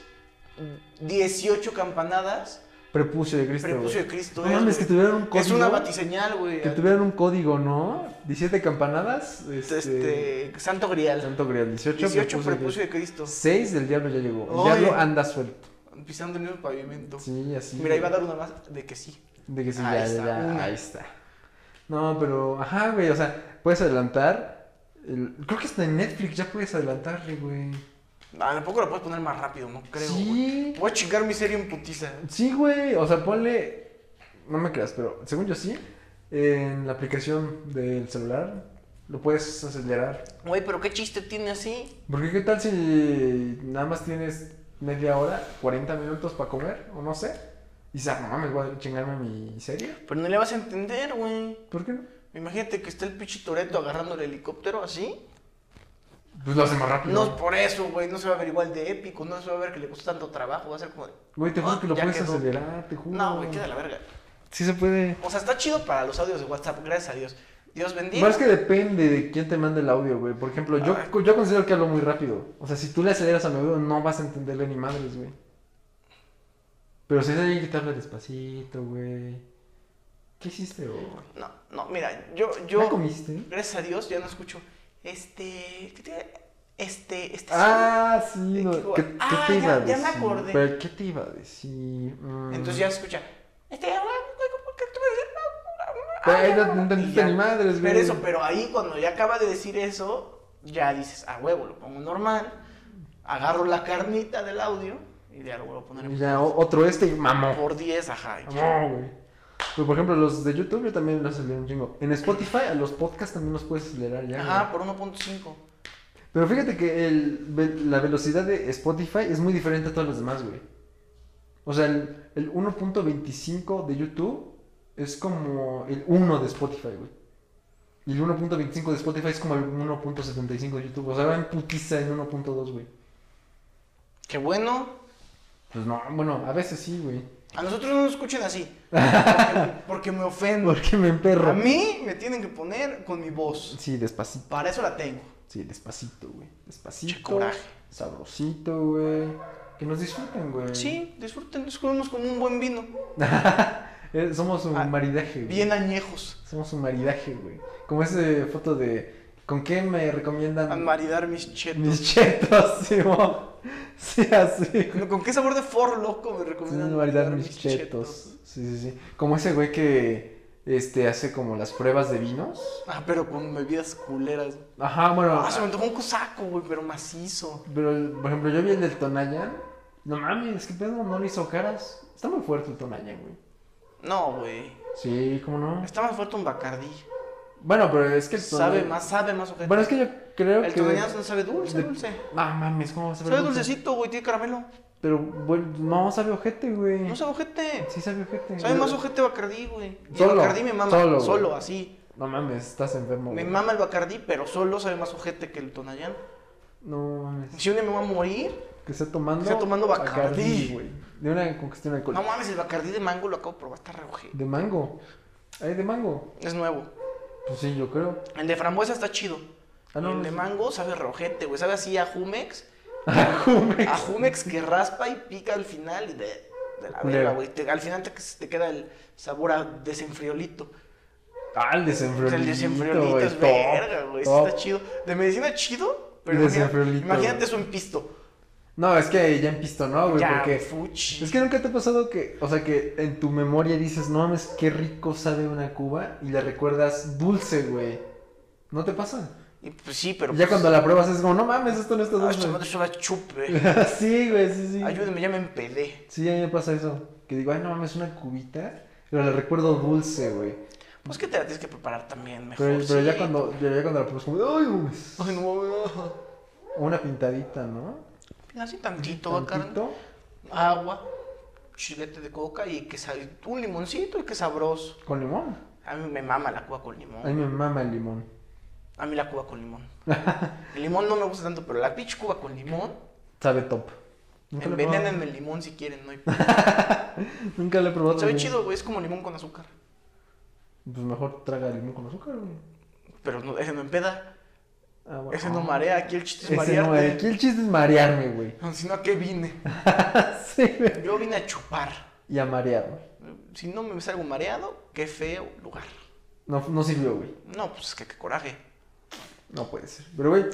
C: 18 campanadas.
E: Prepucio de Cristo.
C: Prepucio
E: güey.
C: de Cristo
E: No
C: es,
E: mames,
C: güey.
E: que tuvieran un
C: Es
E: código.
C: una batiseñal, güey.
E: Que tuvieran un código, ¿no? 17 campanadas. Este.
C: Este, Santo Grial.
E: Santo Grial, 18,
C: 18
E: prepucio de
C: prepucio de Cristo.
E: 6 del diablo ya llegó. El
C: Ay.
E: diablo anda suelto.
C: Pisando el mismo pavimento.
E: Sí, así.
C: Mira, iba a dar una más de que sí.
E: De que sí,
C: Ahí
E: ya,
C: está,
E: ya,
C: una.
E: ahí está. No, pero, ajá, güey, o sea, puedes adelantar. el- Creo que hasta en Netflix ya puedes adelantarle, güey.
C: Ah, tampoco lo puedes poner más rápido, no creo. güey.
E: sí,
C: Voy a chingar mi serie en putiza.
E: sí, güey, o sea, ponle. No me creas, pero según yo sí, en la aplicación del celular lo puedes acelerar.
C: Güey, pero qué chiste tiene así.
E: Porque, ¿qué tal si nada más tienes media hora, 40 minutos para comer, o no sé? Y dices, ah, no mames, voy a chingarme mi serie.
C: Pero no le vas a entender, güey.
E: ¿Por qué no?
C: Imagínate que está el pinche Toreto agarrando el helicóptero así.
E: Pues lo hace más rápido.
C: No es por eso, güey. No se va a ver igual de épico. No se va a ver que le costó tanto trabajo. Va a ser como. de,
E: Güey, te juro que lo
C: Ah, Ya
E: puedes
C: quedó.
E: acelerar, te juro.
C: No, güey, queda la verga.
E: Sí se puede.
C: O sea, está chido para los audios de WhatsApp, gracias a Dios. Dios bendiga.
E: Más que depende de quién te mande el audio, güey. Por ejemplo, yo,
C: Ah.
E: yo considero que hablo muy rápido. O sea, si tú le aceleras a mi audio, no vas a entenderle ni madres, güey. Pero si es alguien que te habla despacito, güey. ¿Qué hiciste, güey?
C: No, no, mira, yo,
E: ¿Ya
C: yo,
E: comiste?
C: gracias a Dios, ya no escucho. Este, ¿qué te- este, este.
E: Ah, sí, no.
C: ¿Qué digo?
E: ¿Qué, qué
C: Ah,
E: te
C: ya-
E: iba a
C: ya
E: decir?
C: me acordé.
E: Pero, ¿qué te iba a decir? Mm.
C: Entonces ya se escucha. Este, ah, ¿qué te voy a
E: Güey,
C: decir?
E: no- no entendiste
C: Y ah, ya.
E: ni madres, güey.
C: Pero eso, pero ahí cuando ya acaba de decir eso, ya dices, a huevo, lo pongo normal, agarro la carnita del audio y ya lo vuelvo a poner en
E: Ya, o- otro este y mamó.
C: por 10, ajá. y ya.
E: No, güey. Pero por ejemplo, los de YouTube yo también los acelero un chingo. En Spotify a los podcasts también los puedes acelerar ya.
C: Ajá,
E: güey.
C: por 1.5.
E: Pero fíjate que el, ve- la velocidad de Spotify es muy diferente a todas las demás, güey. O sea, el, el 1.25 de YouTube es como el 1 de Spotify, güey. Y el 1.25 de Spotify es como el 1.75 de YouTube. O sea, va en putiza en 1.2, güey.
C: Qué bueno.
E: Pues no, bueno, a veces sí, güey.
C: A nosotros no nos escuchen así. Porque, porque me ofendo.
E: Porque me emperro.
C: A mí me tienen que poner con mi voz.
E: Sí, despacito.
C: Para eso la tengo.
E: Sí, despacito, güey. Despacito.
C: Che, coraje.
E: Sabrosito, güey. Que nos disfruten, güey.
C: Sí, disfruten, disfrutemos con un buen vino.
E: Eh, Somos un
C: Ah,
E: maridaje, güey.
C: Bien añejos.
E: Somos un maridaje, güey. Como esa foto de. ¿Con qué me recomiendan
C: A maridar mis
E: mis
C: chetos.
E: chetos, Simón? Sí, así, güey.
C: ¿Con qué sabor de for loco me
E: Sí,
C: recomiendan
E: maridar mis chetos. Sí, sí, sí. Como ese güey que. Este, hace como las pruebas de vinos.
C: Ah, pero con bebidas culeras.
E: Ajá, bueno.
C: Ah, se me antojó un cosaco, güey, pero macizo.
E: Pero, por ejemplo, yo vi el del Tonayan. No mames, qué pedo, no le hizo caras. Está muy fuerte el Tonayan, güey.
C: No, güey.
E: Sí, ¿cómo no?
C: Está más fuerte un bacardí.
E: Bueno, pero es que el
C: Sabe
E: Tonayan-
C: más, sabe más ojete.
E: Bueno, es que yo creo
C: El
E: que.
C: tonañazo no sabe dulce,
E: de-
C: dulce.
E: Ah, mames, ¿cómo va a saber
C: Sabe
E: dulce?
C: dulcecito, güey, tiene caramelo.
E: Pero, bueno, no sabe ojete, güey.
C: No sabe ojete.
E: Sí sabe ojete.
C: Sabe
E: güey.
C: más ojete Bacardí, güey. Y
E: Solo,
C: el Bacardí me mama.
E: solo,
C: Solo,
E: güey.
C: así.
E: No mames, estás enfermo.
C: Me
E: güey.
C: mama el Bacardí, pero solo sabe más ojete que el Tonayán.
E: No mames.
C: Si un día me voy a morir,
E: Que está tomando.
C: Que está tomando Bacardí.
E: güey. De una congestión
C: no
E: alcohólica.
C: mames, el Bacardí de mango lo acabo de probar, está re ojete.
E: De mango. Ay, de mango.
C: Es nuevo.
E: Pues sí, yo creo.
C: El de frambuesa está chido.
E: Ah, no,
C: el de
E: es-
C: mango sabe re ojete, güey. Sabe así a Jumex.
E: Jumex.
C: A Jumex que raspa y pica al final y de, de la
E: Culero.
C: verga, güey. Te- Al final te, te queda el sabor a desenfriolito.
E: Ah, el desenfriolito.
C: el desenfriolito
E: güey,
C: es
E: top,
C: verga, güey. Eso
E: top.
C: Está chido. De medicina chido, pero
E: El
C: imagina-
E: desenfriolito,
C: imagínate
E: güey.
C: eso en pisto.
E: No, es que ya empistó, ¿no, güey?
C: Ya, pues,
E: Porque.
C: fuchi.
E: Es que nunca te ha pasado que, o sea, que en tu memoria dices, no mames, qué rico sabe una cuba y la recuerdas dulce, güey. ¿No te pasa?
C: Y pues sí, pero.
E: Y
C: pues,
E: ya cuando la pruebas es como, no mames, esto no está
C: "Ah, esta madre
E: dulce.
C: sabe a chupe.
E: sí, güey, sí, sí.
C: Ayúdenme, ya me empedé.
E: Sí, a mí me pasa eso. Que digo, ay, no mames, una cubita, pero la recuerdo dulce, güey.
C: Pues que te la tienes que preparar también mejor.
E: Pero, pero ya,
C: sí.
E: cuando, ya, ya cuando la pruebas, como, ay, mames".
C: Ay, no, no.
E: O una pintadita, ¿no?
C: Así tantito, va carne.
E: Tantito,
C: Agua, chilete de coca y que sal... un limoncito y que sabroso.
E: Con limón.
C: A mí me mama la cuba con
E: A mí
C: limón.
E: me mama el limón.
C: A mí la cuba con limón. El limón no me gusta tanto, pero la pinche cuba con limón.
E: Sabe top. Nunca lo he probado.
C: Envenénenme el limón si quieren, no hay
E: Nunca lo he probado.
C: Sabe
E: güey.
C: chido, güey, es como limón con azúcar.
E: Pues mejor traga limón con azúcar, güey.
C: Pero no, ese no empeda,
E: Ah, bueno.
C: ese no marea, aquí el chiste es
E: Ese no, eh,
C: marearte.
E: aquí el chiste es marearme, güey.
C: Si no, ¿a qué vine? Ah,
E: sí, güey.
C: Yo vine a chupar.
E: Y a marearme.
C: Si no me salgo mareado, qué feo lugar.
E: No, no sirvió, güey.
C: No, pues es que qué coraje.
E: No puede ser. Pero, güey, ¿de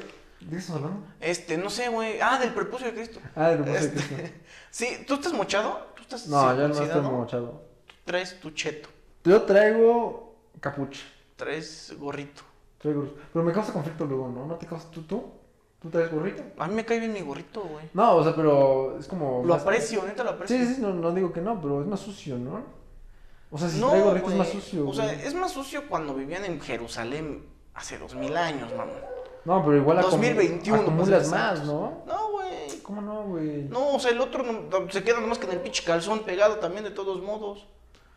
E: qué estamos hablando?
C: Este, no sé, güey. Ah, del prepucio de Cristo.
E: Ah, del prepucio de
C: Este,
E: Cristo.
C: Sí, ¿tú estás mochado? ¿Tú estás
E: No, yo no estoy
C: circuncidado?
E: mochado.
C: Traes tu cheto,
E: Yo traigo capucha.
C: traes gorrito.
E: Traigo... Pero me causa conflicto luego, ¿no? ¿No te causa tú? ¿Tú? ¿Tú traes gorrito?
C: A mí me cae bien mi gorrito, güey.
E: No, o sea, pero es como...
C: Lo
E: más-
C: aprecio, neta lo aprecio.
E: Sí, sí, no, no digo que no, pero es más sucio, ¿no? O sea, si
C: No,
E: traigo gorrito
C: güey.
E: es más sucio,
C: O sea,
E: güey.
C: es más sucio cuando vivían en Jerusalén hace dos mil años, mamá.
E: No, pero igual acum-
C: 2021,
E: acumulas
C: pues,
E: más,
C: exacto.
E: ¿no?
C: No, güey.
E: ¿Cómo no, güey?
C: No, o sea, el otro no- no- se queda nomás que en el pinche calzón pegado también, de todos modos.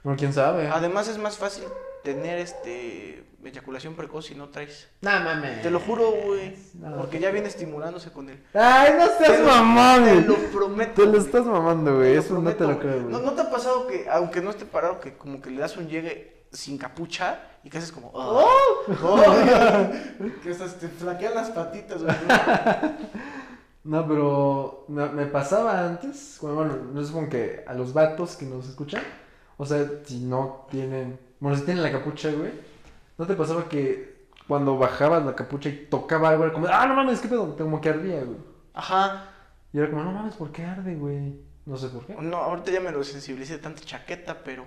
E: Bueno, quién sabe.
C: Además es más fácil tener este eyaculación precoz si no traes.
E: No mames.
C: Te lo juro, güey.
E: No.
C: Porque ya viene estimulándose con él.
E: Ay, no
C: Te
E: seas
C: lo-
E: mamón,
C: Te
E: güey.
C: lo prometo.
E: Te lo
C: güey.
E: estás mamando,
C: Te
E: güey.
C: lo
E: Eso no te
C: prometo,
E: lo creo,
C: güey. ¿No,
E: güey.
C: no te ha pasado que, aunque no esté parado, que como que le das un llegue sin capucha y que haces como. "Ah"? que hasta te flaquean las patitas, güey.
E: No, pero me, me pasaba antes, bueno, bueno, no supongo que a los vatos que nos escuchan, o sea, si no tienen, bueno, si tienen la capucha, güey, ¿no te pasaba que cuando bajabas la capucha y tocaba algo, era como, ah, no mames, qué pedo, como que ardía, güey.
C: Ajá.
E: Y era como, no mames, ¿por qué arde, güey? No sé por qué.
C: No, ahorita ya me lo sensibilicé de tanta chaqueta, pero.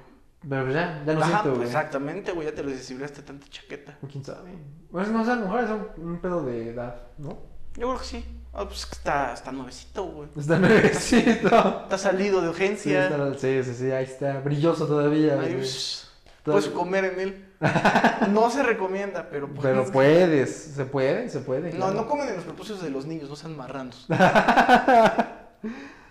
E: Pero ya, ya no
C: Ajá,
E: siento,
C: pues,
E: güey.
C: exactamente, güey. Ya te lo sensibilizaste de tanta chaqueta.
E: ¿Quién sabe? Pues no sé, a lo mejor es un, un pedo de edad, ¿no?
C: Yo creo que sí. Ah, pues está, está nuevecito, güey.
E: Está nuevecito.
C: Está salido de
E: Sí,
C: urgencia.
E: está, sí, sí, sí, ahí está, brilloso todavía,
C: Ahí,
E: güey.
C: ush, pues, puedes comer en él. No se recomienda, pero pues,
E: Pero puedes, se puede, se puede.
C: No,
E: claro.
C: no comen en los prepucios de los niños, no sean marranos.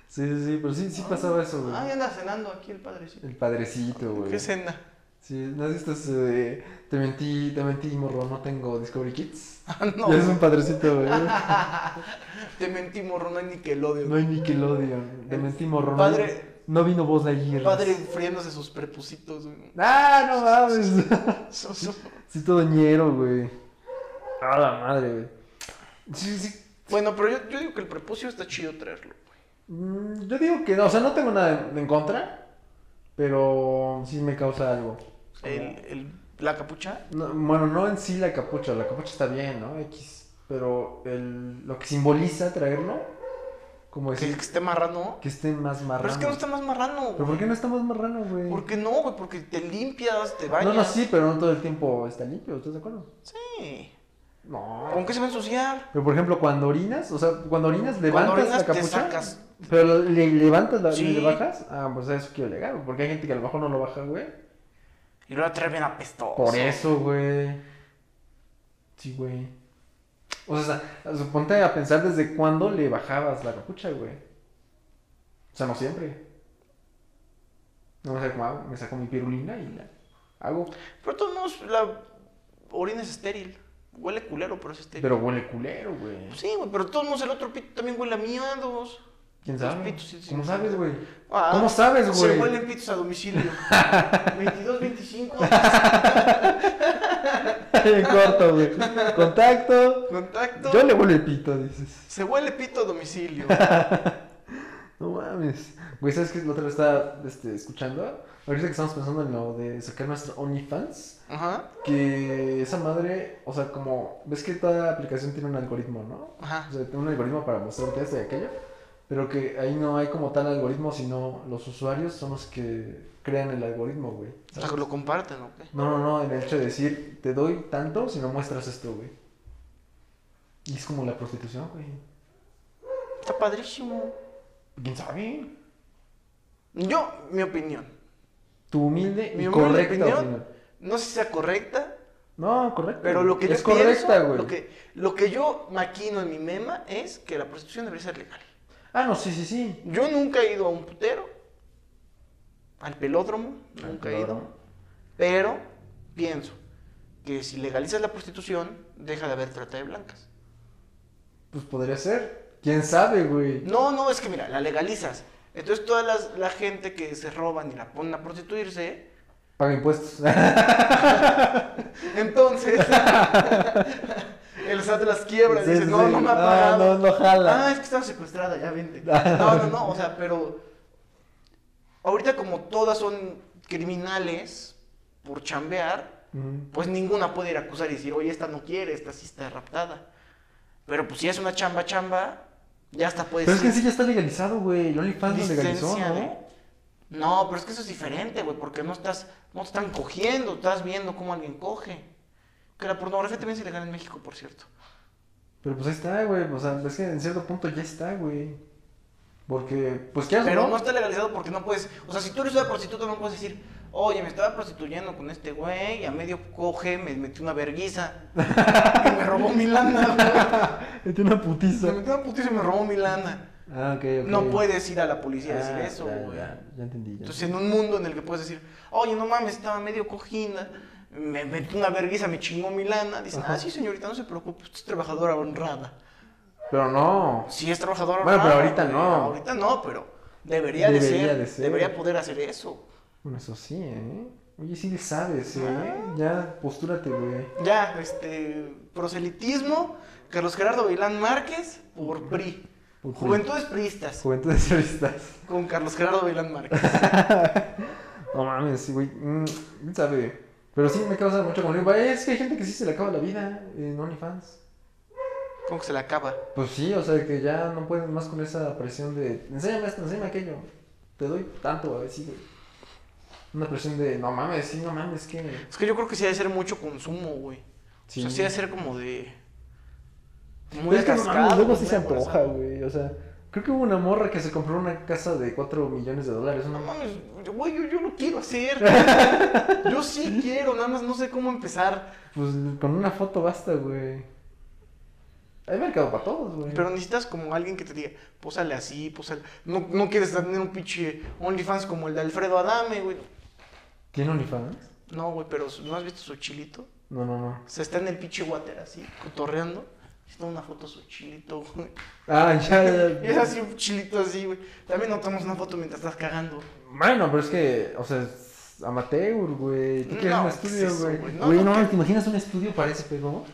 E: Sí, sí, sí, pero sí, sí pasaba eso, güey.
C: Ay, anda cenando aquí el padrecito.
E: El padrecito, güey.
C: ¿Qué cena?
E: Sí, ¿no has visto ese de Te mentí, te mentí, morro, no tengo Discovery Kids?
C: Ah, no.
E: Ya es un padrecito, güey.
C: Te mentí, morro, no hay Nickelodeon.
E: No hay Nickelodeon. Te mentí, morro.
C: Padre-
E: No, no vino voz de ayer.
C: Padre friéndose sus prepucitos, güey.
E: ¡Ah, no mames!
C: So- so-
E: sí, todo ñero, güey. A la madre, güey. Sí, sí.
C: Bueno, pero yo, yo digo que el prepucio está chido traerlo, güey.
E: Mm, Yo digo que no, o sea, no tengo nada en- en contra, pero sí me causa algo.
C: El, el- la capucha.
E: No, bueno, no en sí la capucha, la capucha está bien, ¿no? X. Pero el, lo que simboliza traerlo, como
C: Que,
E: decir
C: que esté marrano.
E: Pues que esté más marrano.
C: Pero es que no está más marrano,
E: ¿Pero por qué no está más marrano, güey?
C: ¿Por qué no, güey? Porque te limpias, te bañas.
E: No, no, sí, pero no todo el tiempo está limpio, ¿estás de acuerdo?
C: Sí.
E: No.
C: ¿Con qué se va a ensuciar?
E: Pero por ejemplo, cuando orinas, o sea, cuando orinas, levantas
C: orinas,
E: la
C: te
E: capucha.
C: sacas.
E: Pero le levantas la,
C: Sí.
E: le bajas. Ah, pues a eso quiero llegar, güey, porque hay gente que a lo mejor no lo baja, güey.
C: Y luego trae bien apestoso.
E: Por eso, güey. Sí, güey. O sea, suponte a pensar desde cuándo le bajabas la capucha, güey. O sea, no siempre. No, o sea, como hago, me saco mi pirulina y la hago.
C: Pero de todos modos, la orina es estéril. Huele culero, pero es estéril.
E: Pero huele culero, güey.
C: Sí, güey, pero de todos modos el otro pito también huele a miados.
E: ¿Quién
C: Los
E: sabe?
C: pitos sí- sí-
E: ¿Cómo
C: sí-
E: sabes, güey?
C: Ah,
E: ¿Cómo sabes,
C: Se
E: güey?
C: huelen pitos a domicilio. 22, 25.
E: En corto, güey. Contacto.
C: Contacto.
E: Yo le huele el pito, dices.
C: Se huele pito a domicilio.
E: No mames. Güey, ¿sabes qué? La otra vez estaba este, escuchando. Ahorita que estamos pensando en lo de sacar nuestro OnlyFans.
C: Ajá.
E: que esa madre, o sea, como, ves que toda aplicación tiene un algoritmo, ¿no?
C: Ajá.
E: O sea, tiene un algoritmo para mostrarte esto y aquello, pero que ahí no hay como tal algoritmo, sino los usuarios son los que crean el algoritmo, güey.
C: O sea, que lo comparten, ¿o qué?
E: No, no, no, en el hecho de decir, te doy tanto si no muestras esto, güey. Y es como la prostitución, güey.
C: Está padrísimo.
E: ¿Quién sabe?
C: Yo, mi opinión.
E: Tu humilde
C: Mi
E: y
C: humilde
E: correcta
C: opinión.
E: opinión.
C: No sé si sea correcta,
E: No, correcta.
C: Pero
E: güey.
C: lo que yo
E: es correcta,
C: pienso,
E: güey.
C: Lo que, lo que yo maquino en mi mema es que la prostitución debería ser legal.
E: Ah, no, sí, sí, sí.
C: Yo nunca he ido a un putero, al pelódromo, nunca he ido.
E: pelódromo.
C: Pero pienso que si legalizas la prostitución, deja de haber trata de blancas.
E: Pues podría ser. ¿Quién sabe, güey?
C: No, no, es que mira, la legalizas. Entonces toda las- la gente que se roban y la ponen a prostituirse,
E: Paga impuestos.
C: entonces el SAT las quiebra y
E: Sí,
C: dice,
E: sí,
C: no,
E: sí.
C: no me ha
E: Ah,
C: pagado.
E: no, no jala.
C: Ah, es que estaba secuestrada, ya vente. No, no, no, o sea, pero ahorita como todas son criminales por chambear,
E: Ujú.
C: pues ninguna puede ir a acusar y decir, oye, esta no quiere, esta sí está raptada. Pero pues si es una chamba chamba, ya hasta puede
E: Pero es que
C: ser
E: en sí ya está legalizado, güey. El OnlyFans lo legalizó,
C: licencia,
E: ¿no?
C: ¿eh? No, pero es que eso es diferente, güey, porque no estás, no te están cogiendo, estás viendo cómo alguien coge. Que la pornografía también es ilegal en México, por cierto.
E: Pero pues ahí está, güey. O sea, es que en cierto punto ya está, güey. Porque, pues quieras o
C: Pero
E: no?
C: no está legalizado porque no puedes. O sea, si tú eres una prostituta, no puedes decir, oye, me estaba prostituyendo con este güey y a medio coge, me metí una verguiza. y me robó mi lana, güey.
E: Es una putiza.
C: Me metió una putiza y me robó mi lana.
E: Ah, ok, ok.
C: No puedes ir a la policía a decir
E: Ah,
C: eso,
E: ya,
C: güey.
E: Ya, ya entendí. ya
C: Entonces, en un mundo en el que puedes decir, oye, no mames, estaba medio cojina, me metí una vergüenza, me chingó mi lana. Dicen,
E: Ajá.
C: ah, sí, señorita, no se preocupe, usted es trabajadora honrada.
E: entendí. Pero no.
C: Sí, es trabajadora
E: Bueno, pero
C: honrada.
E: ahorita
C: güey.
E: no.
C: Ahorita no, pero debería, de,
E: Debería
C: ser,
E: de ser.
C: Debería poder hacer eso.
E: Bueno, eso sí, ¿eh? Oye, sí le sabes, ¿eh?
C: Ah.
E: Ya, postúrate, güey.
C: Ya, este, proselitismo, Carlos Gerardo Vilán Márquez por PRI.
E: Por PRI.
C: Juventudes priistas
E: Juventudes revistas.
C: con Carlos Gerardo Vilán Márquez.
E: No mames, sí, güey. Mm, ¿Quién sabe? Pero sí me causa mucho conflicto. Es que hay gente que sí se le acaba la vida en OnlyFans.
C: ¿Cómo que se le acaba?
E: Pues sí, o sea, que ya no pueden más con esa presión de... Enséñame esto, enséñame aquello. Te doy tanto, a ver, sí, güey. Una presión de... No mames, sí, no mames, que...
C: Es que yo creo que sí ha de ser mucho consumo, güey.
E: Sí.
C: O sea, sí ha de ser como de. Muy
E: Pero es que no mames,
C: atascado,
E: luego sí
C: muy
E: se antoja,
C: aborazado.
E: güey. O sea, creo que hubo una morra que se compró una casa de 4 millones de dólares.
C: No
E: Una...
C: mames, yo- güey, yo, yo lo quiero hacer. yo sí quiero, nada más no sé cómo empezar.
E: Pues con una foto basta, güey. Hay mercado para todos, güey.
C: Pero necesitas como alguien que te diga, pósale así, pósale. No, no quieres tener un pinche OnlyFans como el de Alfredo Adame, güey.
E: ¿Tiene OnlyFans?
C: No, güey, pero su- ¿no has visto su chilito?
E: No, no, no.
C: O sea, está en el pinche water así, cotorreando. Y toma una foto de su chilito, güey.
E: Ah, ya, ya.
C: Y es así un chilito así, güey. También no tomas una foto mientras estás cagando.
E: Bueno, pero es que, o sea, es amateur, güey. ¿Tú quieres
C: No, ¿qué
E: un
C: es
E: estudio,
C: eso,
E: güey?
C: güey? No,
E: Güey,
C: no,
E: no,
C: ¿qué?
E: mames, ¿te imaginas un estudio para ese pego?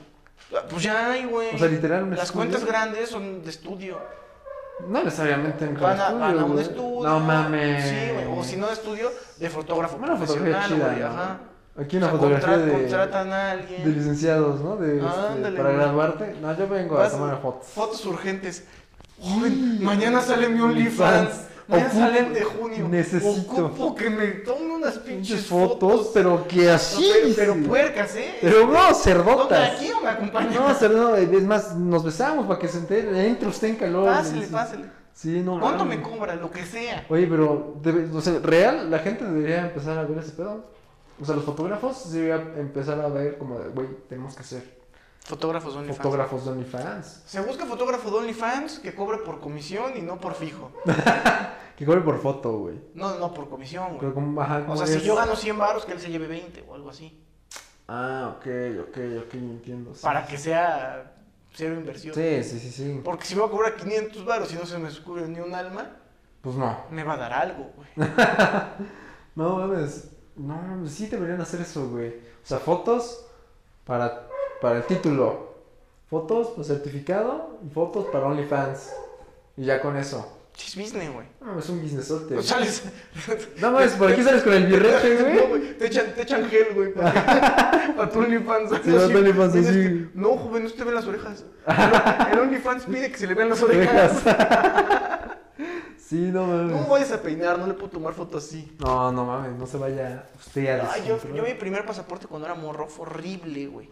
C: Ah, Pues ya hay, güey.
E: O sea, literal, un
C: Las
E: estudio.
C: cuentas grandes son de estudio.
E: No necesariamente en
C: Van a,
E: estudio,
C: van a un
E: güey.
C: estudio.
E: No mames.
C: Sí, güey. O si no de estudio, de fotógrafo
E: Una fotografía
C: profesional,
E: chida,
C: güey.
E: ¿no?
C: Ajá.
E: Aquí una
C: O sea,
E: fotografía
C: contra-
E: de...
C: Contratan a alguien.
E: De licenciados, ¿no? De,
C: Ándale,
E: este, para
C: güey.
E: graduarte. No, yo vengo a
C: Vas-
E: tomar fotos.
C: Fotos urgentes. Joven, mañana sale mi OnlyFans. Mañana
E: Ocupo-
C: salen de junio.
E: necesito.
C: Ocupo que me tome unas pinches
E: Pinches fotos, pero que
C: No,
E: así.
C: pero- pero,
E: dice.
C: puercas, ¿eh?
E: Pero no,
C: ¿Dónde
E: cerdotas.
C: aquí o me acompañas?
E: No, cerdo, eh, es más, nos besamos para que se entere. Entre usted en calor.
C: Pásale,
E: Sí.
C: pásale.
E: Sí, no
C: ¿Cuánto
E: mames.
C: me cobra? Lo que sea.
E: Oye, pero, debe- o sea, real, la gente debería empezar a ver ese pedo. O sea, los fotógrafos deberían empezar a ver como de, güey, tenemos que ser
C: Fotógrafos OnlyFans.
E: fotógrafos de OnlyFans.
C: Se busca fotógrafo de OnlyFans que cobre por comisión y no por fijo.
E: Que cobre por foto, güey.
C: No, no, por comisión, güey.
E: Pero como, ajá,
C: O
E: como
C: sea,
E: es-
C: si yo gano 100 baros, que él se lleve 20 o algo así.
E: Ah, ok, ok, ok, entiendo. sí.
C: Para que sea cero inversión.
E: Sí, sí, sí, sí.
C: Porque si me va a cobrar 500 baros y no se me descubre ni un alma,
E: Pues no.
C: me va a dar algo, güey.
E: No mames. No mames, sí deberían hacer eso, güey. O sea, fotos para, para el título. Fotos para certificado y fotos para OnlyFans. Y ya con eso.
C: Es business, güey.
E: No mames, es un businessote.
C: No
E: güey.
C: sales.
E: No mames, por aquí sales con el birrete,
C: No,
E: güey.
C: güey, Te echan, te echan gel, güey. Para para tu OnlyFans.
E: Sí, para tu OnlyFans,
C: Dices
E: sí.
C: que, No, joven, no se te ven las orejas. El, el OnlyFans pide que se le vean las orejas.
E: Sí, no
C: No
E: mames.
C: vayas a peinar, no le puedo tomar foto así.
E: No, no mames, no se vaya usted a
C: Ay, yo, yo mi
E: descontrolar.
C: primer pasaporte cuando era morro fue horrible, güey.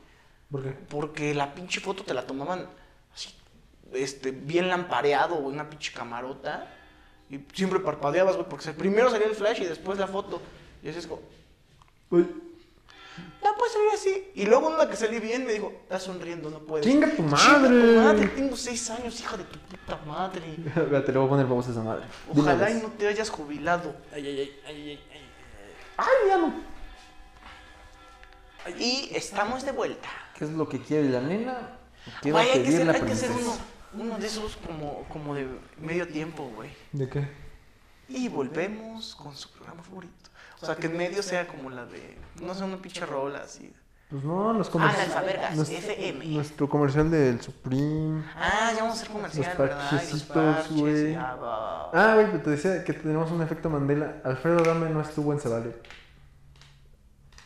E: ¿Por qué?
C: Porque la pinche foto te la tomaban así, este, bien lampareado, güey, una pinche camarota. Y siempre parpadeabas, güey, porque se- primero salía el flash y después la foto. Y así es como,
E: Uy,
C: no puede salir así. Y luego una que salí bien me dijo, estás sonriendo, no puedes.
E: Chinga tu
C: Chinga tu
E: madre.
C: madre, tengo seis años, hija de tu puta madre.
E: Espérate, le voy a poner pausa a esa madre. De una
C: Ojalá y
E: vez.
C: no te hayas jubilado.
E: Ay, ya no.
C: Y estamos de vuelta.
E: ¿Qué es lo que quiere la nena? ¿Qué va a
C: Güey, hay que
E: pedir
C: ser,
E: la
C: hay que ser
E: princesa?
C: uno, uno de esos como, como de medio tiempo, güey.
E: ¿De qué?
C: Y volvemos con su programa favorito. O sea, que en medio sea como la de, no sé, una pinche rola así.
E: Pues no,
C: Ah,
E: los
C: Analfabergas,
E: comerciales.
C: FM.
E: Nuestro comercial del Supreme.
C: Ah, ya vamos a hacer comercial,
E: Los
C: ¿verdad? Y los
E: parchecitos,
C: parches,
E: güey.
C: ah, va, va, va.
E: Ah, güey, pero te decía que tenemos un efecto Mandela. Alfredo Adame no estuvo en Cebale.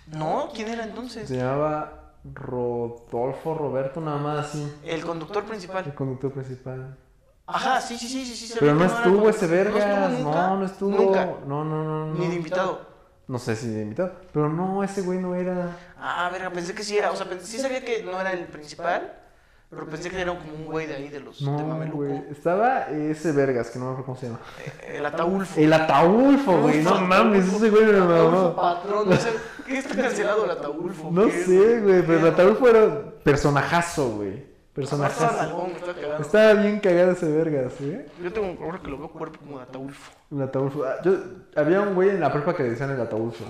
C: No, ¿quién era entonces?
E: Se llamaba Rodolfo Roberto, nada más así.
C: El conductor
E: El
C: principal.
E: conductor principal.
C: Ajá, sí, sí, sí, sí, sí. se
E: Pero
C: ve que
E: no
C: era
E: estuvo
C: como-
E: ese vergas. No, no estuvo.
C: Nunca.
E: No, no, no. no.
C: Ni de invitado.
E: No sé si de invitado. Pero no, ese güey no era.
C: Ah, verga, pensé que sí era. O sea, pensé, sí sabía que no era el principal, pero pensé que era como un güey de ahí, de los de
E: No,
C: Mameluco.
E: güey. Estaba ese vergas, que no me acuerdo cómo se llama.
C: Eh, El Ataulfo.
E: El Ataulfo, güey. No
C: Ataulfo,
E: mames, ese güey me
C: Ataulfo
E: mamó.
C: patrón. No sé, ¿Qué está cancelado el Ataulfo?
E: No
C: ¿Qué es?
E: sé, güey, pero
C: ¿Qué?
E: el Ataulfo era personajazo, güey.
C: Estaba
E: Personajazo.
C: nalgón, me estaba cagando.
E: Estaba bien cagado ese vergas, ¿eh?
C: Yo tengo un ahora que lo veo cuerpo como de ataulfo.
E: El ataúdfo. Ah, yo, había un güey en la prepa que le decían el ataúdfo.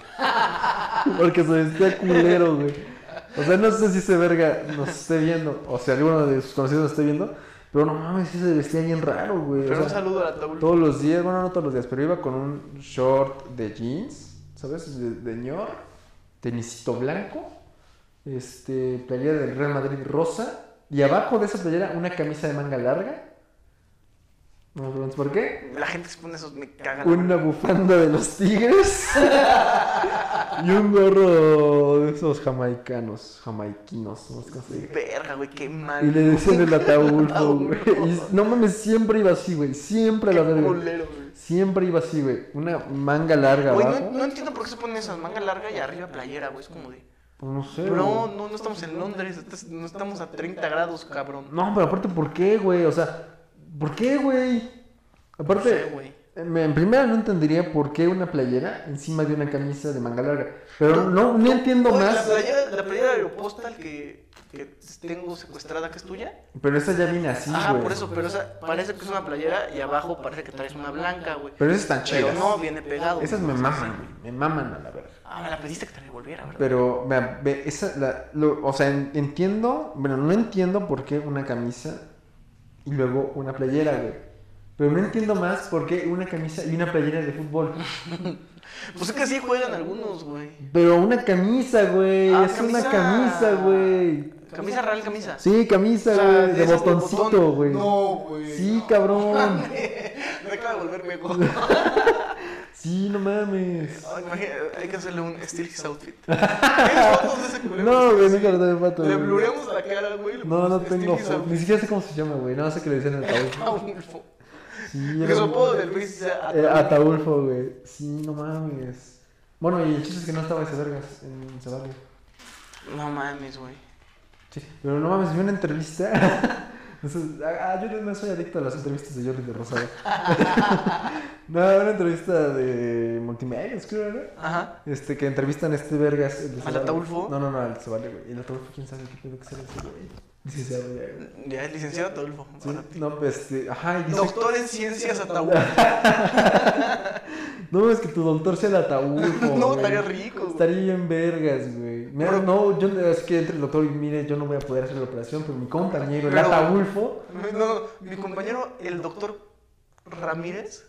E: Porque se vestía culero, güey. O sea, no sé si ese verga nos esté viendo, o si alguno de sus conocidos nos esté viendo, pero no mames, sí se vestía bien raro, güey. O
C: Pero un
E: sea,
C: saludo al ataulfo.
E: Todos los días, bueno, no todos los días, pero iba con un short de jeans, ¿sabes? De, de ñor, tenisito blanco, este, playera del Real Madrid rosa, y abajo de esa playera una camisa de manga larga. No me preguntes por qué.
C: La gente que se pone esos me cagan.
E: Una bufanda de los tigres. y un gorro de esos jamaicanos, jamaiquinos, no sé cómo se diga.
C: Verga, güey, qué mal.
E: Y le decían el ataúdfo,
C: Ataúdfo.
E: güey. Y no mames, siempre iba así, güey. Siempre a
C: Qué
E: la verga.
C: culero, güey.
E: Siempre iba así, güey. Una manga larga,
C: Güey,
E: güey.
C: no, no entiendo por qué se ponen esas mangas largas y arriba playera, güey. Es como de.
E: Pues no sé.
C: Bro,
E: güey.
C: no, no estamos en Londres, estás- no estamos a 30 grados, cabrón.
E: No, pero aparte, ¿por qué, güey? O sea, ¿por qué, güey? Aparte,
C: No sé, güey.
E: eh, me- en primera no entendería por qué una playera encima de una camisa de manga larga. Pero no, no, entiendo
C: Oye,
E: más.
C: La playera, la playera aeropostal que, que tengo secuestrada, que es tuya.
E: Pero esa ya viene así, güey.
C: Ajá, Ah, por eso, pero esa parece que es una playera y abajo parece que traes una blanca, güey.
E: Pero esas están
C: Pero
E: chidas.
C: no, viene pegado.
E: Esas me
C: güey.
E: maman, güey. Me maman a la verga.
C: Ah, me la pediste que te la devolviera, ¿verdad?
E: Pero, vea, ve, esa, la- lo- o sea, en- entiendo, bueno, no entiendo por qué una camisa y luego una playera, güey. Pero no entiendo más por qué una camisa y una playera de fútbol.
C: Pues es que sí juegan algunos, güey.
E: Pero una camisa, güey.
C: Ah,
E: es una camisa, güey.
C: Camisa real, camisa.
E: Sí, camisa,
C: O sea,
E: güey. de
C: esas
E: botoncito,
C: botón.
E: güey.
C: No, güey.
E: Sí, cabrón.
C: Me acaba de volver meco.
E: Sí, no mames.
C: Ay, imagina- Hay que hacerle un Steel's outfit. ¿Tienes fotos de ese culero?
E: No, güey, nunca lo tomé foto,
C: Le
E: güey.
C: blureamos la cara, güey. le
E: No, no
C: ponemos
E: tengo.
C: Steel's
E: Ni
C: outfit.
E: siquiera sé cómo se llama, güey. Nada más sé que le dicen el ataúd.
C: Ataulfo.
E: Sí,
C: Que
E: era
C: su
E: un-
C: apodo de Luis "Ah, sea
E: Eh,
C: Ataulfo.
E: Ataulfo, güey. Sí, no mames. Bueno, y el chiste es que no estaba ese vergas en Ceballos.
C: No mames, güey.
E: Sí. Pero no mames, vi una entrevista. Entonces, ah, ah, yo no soy adicto a las entrevistas de Jordi de Rosado. no, una entrevista de multimedia, creo, ¿no?
C: Ajá.
E: Este, que entrevistan a este vergas. el de
C: ¿Al
E: Ceballos.
C: Ataulfo?
E: No, no, no, al Ceballos, güey. El Ataulfo, quién sabe qué pedo que será ese güey. Dice, "Sí, güey".
C: Ya es licenciado Ataulfo.
E: Sí,
C: Ahora-
E: no, pues, este, ajá, y dice,
C: Doctor en ciencias Ataulfo.
E: no es que tu doctor sea el Ataulfo.
C: No,
E: güey.
C: estaría rico. güey.
E: Estaría bien vergas, güey. Mira,
C: Pero-
E: no, yo es que entre el doctor y mire, yo no voy a poder hacer la operación, pero mi compañero, el
C: Pero-
E: ataulfo,
C: No, no, mi compañero, el doctor Ramírez.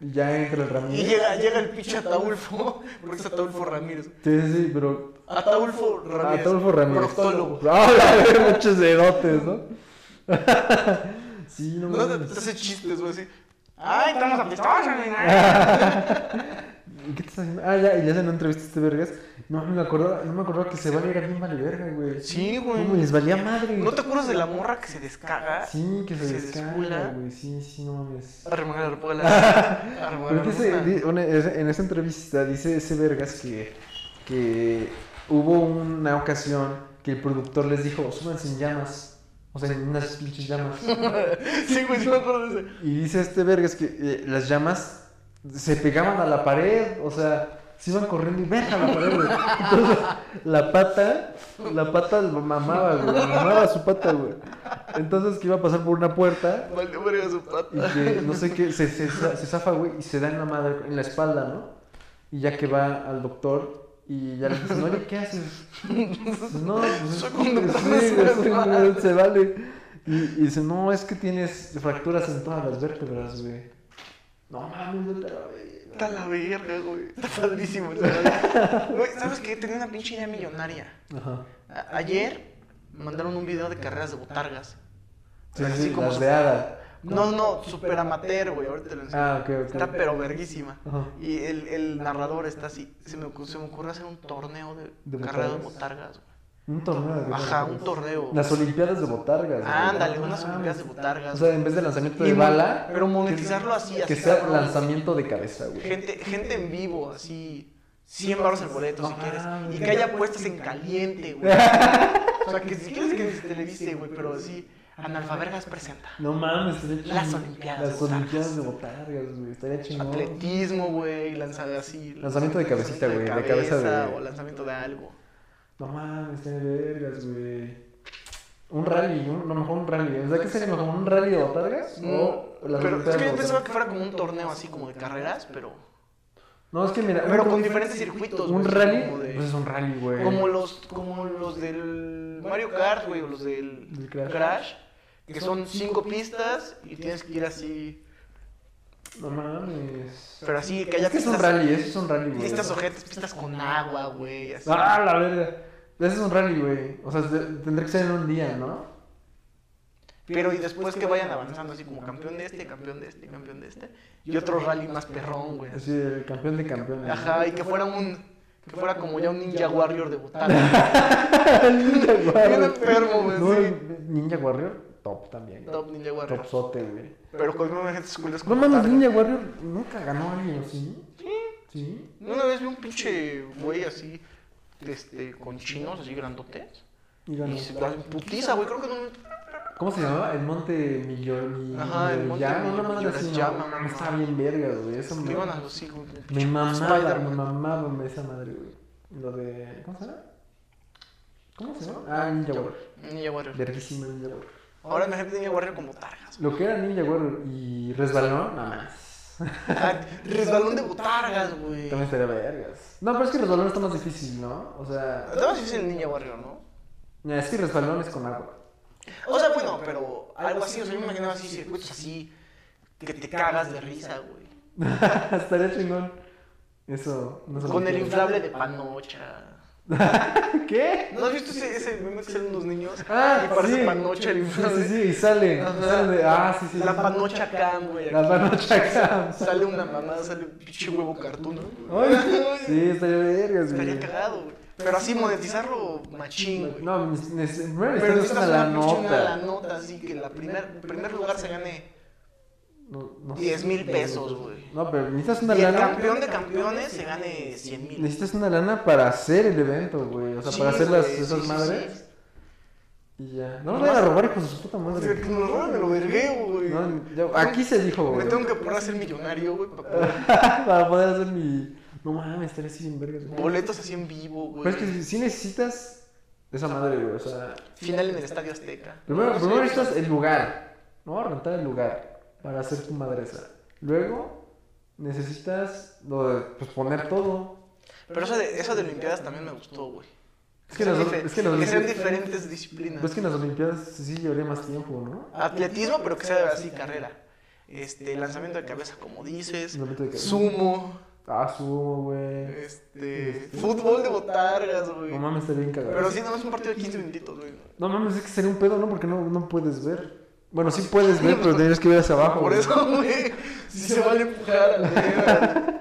E: y ya entra el
C: Y
E: Ramírez.
C: llega, llega el pinche Ataulfo, porque es Ataulfo Ramírez.
E: Sí, sí, sí, pero.
C: Ataulfo Ramírez.
E: Ataulfo Ramírez.
C: Proctólogo.
E: Ah, la verga, muchos dedotes, ¿no? sí, no
C: No te,
E: mames.
C: te hace chistes, güey, así. Ay, estamos apestados,
E: ¿Y ¿Qué te estás haciendo? Ah, ya, y le hacen una entrevista a este vergas. No, no me acordaba, no me acordaba que se valía era bien vale verga, güey.
C: Sí, güey.
E: No, les valía madre.
C: ¿No te acuerdas de la morra que se descaga?
E: Sí, que se,
C: Se
E: descarga,
C: descula.
E: güey. Sí, sí, no mames.
C: Arremangar la arpola.
E: Pero
C: Arremangar
E: que ese-
C: la
E: Pues di- una- ese- en esa entrevista dice ese vergas que, que hubo una ocasión que el productor les dijo, súbanse en llamas. O sea, en unas pinches llamas.
C: Sí, güey, sí me acuerdo de ese.
E: Y dice este vergas que eh, las llamas se pegaban a la pared. O sea, se iban corriendo y verga a la pared, güey. Entonces, la pata, la pata lo mamaba, güey. Mamaba su pata, güey. Entonces que iba a pasar por una puerta
C: Vale, verga su pata.
E: y que no sé qué, se, se, se zafa, güey, y se da en la madre, en la espalda, ¿no? Y ya que va al doctor y ya le dicen, oye, ¿qué haces? Pues, no, pues
C: Soy
E: es-
C: conductor
E: sí,
C: de
E: es-
C: Ceval".
E: se vale. Y, y dice, no, es que tienes fracturas en todas las vértebras, güey. No mames, vete a la verga.
C: Está la verga, güey. Está padrísimo. esa madre. Güey, ¿sabes qué? Tenía una pinche idea millonaria.
E: Ajá.
C: A- ayer mandaron un video de carreras de botargas.
E: Sí,
C: Así
E: sí,
C: como
E: las
C: su-
E: de hada.
C: No, no, super amateur, güey. Ahorita te lo enseño.
E: Ah, ok, ok.
C: Está pero verguísima.
E: Ajá.
C: Y el, el narrador está así. Se me, ocu- se me ocurrió hacer un torneo de,
E: ¿De
C: carreras de
E: botargas?
C: botargas, güey.
E: Un torneo de
C: Ajá, un torneo.
E: Las olimpiadas de botargas. güey.
C: Ándale,
E: No
C: unas
E: mames.
C: olimpiadas de botargas.
E: O sea, en vez de lanzamiento de
C: Y mon-
E: bala.
C: Pero
E: que-
C: monetizarlo así, así.
E: Que sea
C: cabrón.
E: lanzamiento de cabeza, güey.
C: Gente, gente en vivo, así. 100 baros el boleto, si
E: No
C: quieres.
E: mames.
C: Y que haya apuestas en caliente, güey. o sea, que si quieres que se televise, güey, pero así. Analfabergas presenta.
E: No mames, estaría chido.
C: Las Olimpiadas
E: Las
C: de botargas.
E: Olimpiadas de botargas, güey. Estaría chingón.
C: Atletismo, güey, lanzar así.
E: Lanzamiento de cabecita,
C: lanzamiento
E: güey, de cabeza de-
C: O lanzamiento de algo.
E: No mames, estaría vergas, güey. Un rally, un, no, mejor un rally. O sea, ¿qué sería mejor? ¿Un rally de botargas? O las
C: Mm, pero es
E: botargas
C: que yo
E: de
C: pensaba
E: botargas?
C: que fuera como un torneo así como de carreras, pero.
E: No, es que mira.
C: Pero
E: un-
C: con diferentes circuitos.
E: Un
C: güey,
E: rally.
C: como de-
E: Pues es un rally, güey.
C: Como los, como los del Mario Kart, güey, o los del
E: Del Crash.
C: Crash, que son cinco pistas y tienes que ir así,
E: No mames.
C: pero así, que haya
E: Es que es un
C: pistas,
E: rally, eso es un rally, güey.
C: pistas ojetes, pistas con agua, güey, así.
E: Ah, la verga. Ese es un rally, güey. O sea, te- tendría que ser en un día, ¿no?
C: Pero y después que vayan avanzando así como campeón de este, campeón de este, campeón de este, y otro rally más perrón, güey.
E: Así, el campeón de campeones.
C: Ajá, y que fuera un... Que fuera como ya un Ninja Warrior de botada.
E: El Ninja Warrior.
C: enfermo, güey,
E: No,
C: sí.
E: el Ninja Warrior, top también. güey.
C: Top Ninja Warrior.
E: Topsote, güey.
C: Pero con una gente culeros
E: No
C: con
E: mames,
C: botargas.
E: Ninja Warrior nunca ganó alguien, ¿sí? Sí. ¿Sí?
C: Una vez vi un pinche güey así, este, con chinos así grandotes.
E: Y ganó.
C: Y se la putiza, güey, creo que no.
E: ¿Cómo se llamaba? El Monte Millón.
C: Ajá, el Monte
E: Millón. Una madre
C: Millonayas
E: así,
C: ya,
E: no,
C: no, no, no.
E: Estaba bien verga, güey. Eso
C: Me
E: me,
C: iban a los hijos.
E: me mamaba,
C: Spider-Man.
E: me mamaba me- esa madre, güey. Lo de... ¿Cómo se llama? ¿Cómo se llama? Ah, Ninja Warrior.
C: Ninja Warrior.
E: Verguísima Ninja Warrior.
C: Ahora imagínate Ninja Warrior como targas.
E: Lo que era Ninja Warrior y Resbalón, nada más.
C: Ah, Resbalón de botargas, güey.
E: También estaría vergas. No, pero es que Resbalón está más difícil, ¿no? O sea...
C: Estaba difícil el Ninja Warrior, ¿no?
E: mira, Es que Resbalón es con agua.
C: O sea, bueno, pero algo así, pues, o sea, yo me imaginaba así circuitos así que te cagas de risa, güey.
E: Estaría chingón. Eso... No se lo
C: Con el
E: quiero.
C: inflable de panocha.
E: ¿Qué?
C: ¿No has visto ese, ese meme que salen unos niños?
E: Ah,
C: y parece
E: sí.
C: panocha el
E: Sí,
C: inflable.
E: sí, sí, y sale.
C: Ajá.
E: sale de- ah, sí, sí.
C: La
E: sí.
C: panocha cam, güey.
E: La
C: aquí.
E: panocha cam.
C: Sale una mamada, sale un pinche huevo cartón. ¿no?
E: Ay, sí, estaría vergas,
C: Estaría
E: güey.
C: cagado, güey. Pero así monetizarlo machín, güey.
E: No, neces- neces- primero
C: Pero
E: necesitas
C: necesitas
E: una la
C: una pinche una la
E: nota.
C: nota, así que la primer, en primer lugar se gane
E: No, no.
C: 10 mil pesos, güey.
E: No, pero necesitas una
C: Y el
E: lana.
C: campeón de campeones se gane 100 mil.
E: Necesitas una lana para hacer el evento, güey. O sea, para hacer las, esas madres. Y ya. No nos vayan a robar, hijos de su puta madre.
C: Me lo roban, pues, me lo vergueo, güey.
E: No, yo- aquí se dijo,
C: Me
E: güey.
C: tengo que poner a ser millonario, güey, para poder-
E: para poder hacer mi. No mames, estaría así sin vergas, güey.
C: boletos así en vivo, güey.
E: Pero Pues es que si, si necesitas esa madre, güey. O sea.
C: Final en el Estadio Azteca.
E: Primero, primero necesitas el lugar, ¿no? Rentar el lugar para hacer tu madresa. Luego necesitas lo de, pues, poner todo.
C: Pero eso de, eso de Olimpiadas también me gustó, güey.
E: Es que,
C: sean
E: las,
C: dife-
E: es que, las,
C: que sean
E: Olimpiadas-
C: diferentes disciplinas.
E: pues que en las Olimpiadas sí llevaría más tiempo, ¿no?
C: Atletismo, pero que sea así carrera. Este, lanzamiento de cabeza, como dices.
E: Lanzamiento de cabeza.
C: Sumo.
E: Ah, sumo, güey.
C: Este, fútbol de botargas, güey.
E: No mames, estaría bien cagado.
C: Pero sí, no es un partido de 15 minutitos, güey.
E: No mames, es que sería un pedo, ¿no? Porque no, no puedes ver. Bueno, sí pues, puedes ver, pero tendrías que ver hacia abajo.
C: Por
E: güey.
C: eso, güey, sí se vale empujar a la verga.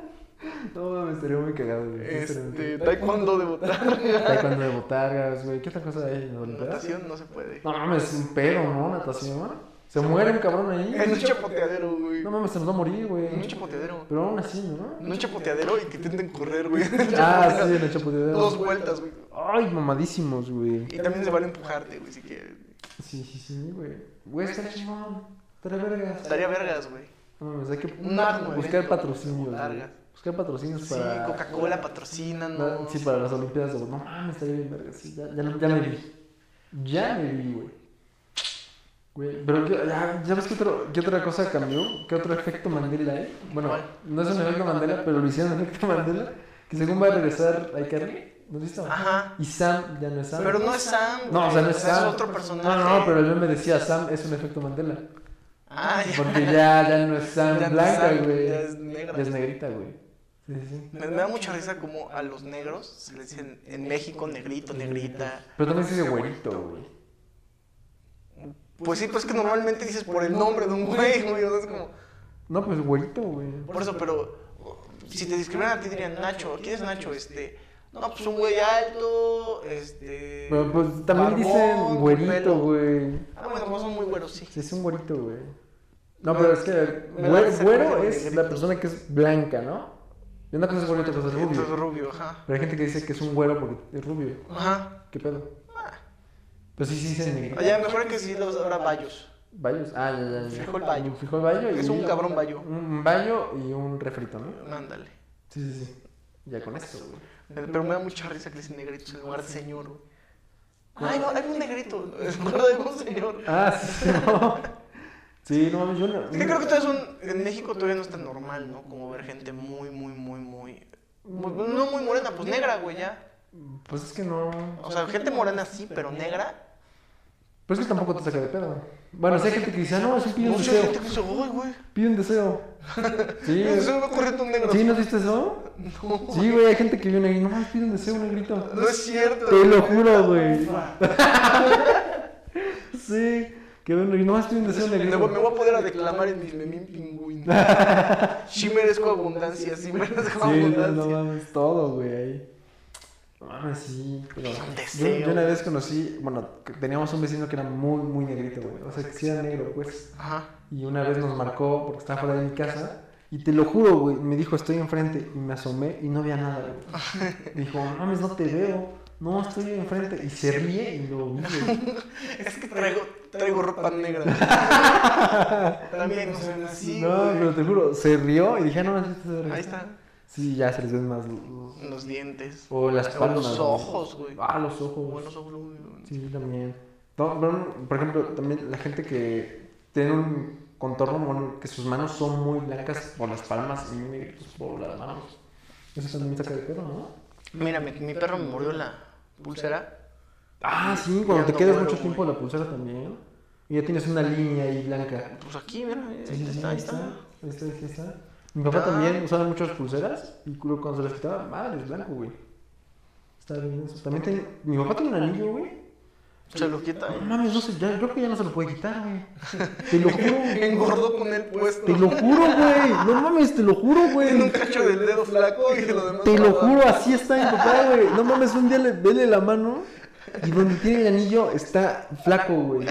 E: No mames, estaría muy cagado, güey.
C: Este,
E: Este...
C: taekwondo de botargas.
E: Taekwondo de botargas, güey. ¿Qué otra cosa hay en las Olimpiadas?
C: Natación no se puede.
E: No mames, es un pedo, ¿no? Natación. Se muere un cabrón ahí.
C: En un chapoteadero, güey.
E: No mames, se nos va a morir, güey.
C: En un chapoteadero.
E: Pero aún así, ¿no?
C: En un chapoteadero y que intenten correr, güey.
E: Ah, sí, en el chapoteadero.
C: Dos vueltas, güey.
E: Ay, mamadísimos, güey.
C: Y también se vale empujarte, güey, si quieres.
E: Sí, sí, sí, güey. Güey, estaría chingón. Estaría vergas.
C: Estaría vergas, güey.
E: No mames, hay que
C: Un magno
E: buscar
C: evento,
E: patrocinios, güey.
C: largas.
E: Buscar patrocinios
C: Sí,
E: para...
C: Coca-Cola patrocina,
E: No,
C: ¿no?
E: Sí, para las Olimpiadas. güey. No mames, estaría bien vergas. Sí, ya, ya, ya me vi. Ya me vi, güey. Güey, pero ¿qué- ya, ya ves que otro, qué otra cosa cambió, qué otro efecto Mandela hay. Bueno,
C: ¿Cuál?
E: no es un efecto Mandela, pero lo hicieron efecto Mandela, que según va a regresar iCarly, ¿no has visto?
C: Ajá.
E: Y Sam ya no es Sam.
C: Pero no es Sam. güey.
E: No, o sea, no es Sam.
C: Es otro personaje.
E: No, no, pero yo me decía Sam es un efecto Mandela.
C: Ah, ya.
E: Porque ya, ya no es
C: Ya
E: Sam
C: no es
E: blanca,
C: Sam,
E: güey.
C: Ya es negra.
E: Ya es negrita, güey. Sí, sí, sí.
C: Me, me da mucha risa como a los negros se les dicen en México negrito, negrita.
E: Pero también se dice güerito, güey.
C: Pues sí, pues que normalmente dices por el nombre de un güey, güey. O sea, es como.
E: No, pues güerito, güey.
C: Por eso, pero si te describieran a ti dirían Nacho, ¿quién es Nacho? Este, no, pues un güey alto, este.
E: Pero pues también
C: barbón,
E: dicen güerito,
C: pelo.
E: güey.
C: Ah, bueno, pues son muy güeros, sí.
E: Sí, es un güerito, güey. No,
C: No,
E: pero
C: es
E: es que
C: que me da
E: güero,
C: risa
E: güero
C: cuando dicen
E: es
C: negrito.
E: la persona que es blanca, ¿no? Y una cosa es güero y otra cosa es
C: Entonces
E: rubio.
C: pues rubio, ajá.
E: Pero hay gente que dice que es un güero porque es rubio.
C: Ajá.
E: ¿Qué pedo? Pero sí, sí, dicen negrito.
C: Allá mejor que sí los ahora bayos.
E: Bayos. Ah, ya, ya, ya.
C: Frijol bayo.
E: Un frijol bayo y
C: Es un cabrón bayo.
E: Un bayo y un refrito, ¿no?
C: Ándale.
E: Sí, sí, sí. Ya con eso, güey.
C: Pero me da mucha risa que le dicen negritos en lugar de señor. güey. Ay, no, hay un negrito. Es gordo de un señor.
E: Ah, sí, no. Sí, no mames, yo no.
C: Es que creo que todavía es un- en México todavía no es tan normal, ¿no? Como ver gente muy, muy, muy, muy... muy- No muy morena, pues negra, güey, ya.
E: Pues es que no.
C: O sea, gente morena sí, pero negra.
E: Pero Pues es que tampoco te saca de pedo. Bueno, sí hay gente que dice, ah, no, eso pide un
C: Mucha
E: deseo.
C: gente que dice, uy, güey.
E: Pide un deseo. Sí,
C: Se me va corriendo un negro.
E: ¿Sí? ¿No viste eso?
C: No,
E: Sí, güey, hay gente que viene y no mames, pide un deseo, negrito.
C: no es cierto.
E: Te lo juro, güey. Sí, que ven y no más pide un deseo,
C: Y
E: negrito.
C: luego me voy a poder a declamar en mis memín pingüín. Sí merezco abundancia, sí merezco
E: Sí, no, no
C: abundancia.
E: mames, todo, güey, ahí. No mames, sí, pero...
C: Un
E: Yo,
C: deseo.
E: yo una vez conocí, bueno, que teníamos un vecino que era muy, muy negrito, güey. O sea, que sí era negro, pues.
C: Ajá.
E: Y una vez nos marcó porque estaba fuera de mi casa. Y te lo juro, güey, me dijo, estoy enfrente. Y me asomé y no había nada, güey. Me dijo, "No mames, no te veo. No, estoy enfrente. Y se ríe y lo vi, güey.
C: Es que traigo, traigo ropa negra. También no soy así.
E: No,
C: güey.
E: pero te juro, se rió y dije, "Ah, no, no, este es de
C: Ahí
E: risa".
C: está.
E: Sí, ya se les ven más. los-
C: Los dientes.
E: O las
C: O
E: palmas.
C: los
E: güey.
C: ojos, güey.
E: Ah, los ojos.
C: O los ojos, güey.
E: Sí, también. No, pero, no, por ejemplo, también la gente que tiene un contorno mon- que sus manos son muy blancas por las palmas y muy negras por las manos. Eso también saca de pedo, ¿no?
C: Mira, mi, mi perro me mordió la pulsera.
E: Ah, sí,
C: Ya
E: cuando te
C: no
E: quedas
C: vuelo,
E: mucho
C: güey.
E: tiempo en la pulsera también. Y ya tienes una línea ahí blanca.
C: Pues aquí, mira, ahí
E: Sí, sí, sí,
C: está, ahí está.
E: Ahí está, ahí está. Mi papá
C: Ah.
E: también usaba muchas pulseras y culo cuando se las quitaba, madre, es blanco, güey. Está bien eso. También tenía- mi papá tiene un anillo, güey.
C: Se lo quita. eh.
E: No
C: ahí.
E: mames, no sé, ya, yo creo que ya no se lo puede quitar, güey. Te lo juro, güey.
C: Engordó con el
E: Te
C: puesto.
E: lo juro, güey. No mames, te lo juro,
C: Tiene un
E: güey.
C: cacho del dedo flaco y lo demás.
E: Te lo
C: guardado.
E: juro, así está mi papá, güey. No mames, un día le vele la mano y donde tiene el anillo está flaco, güey.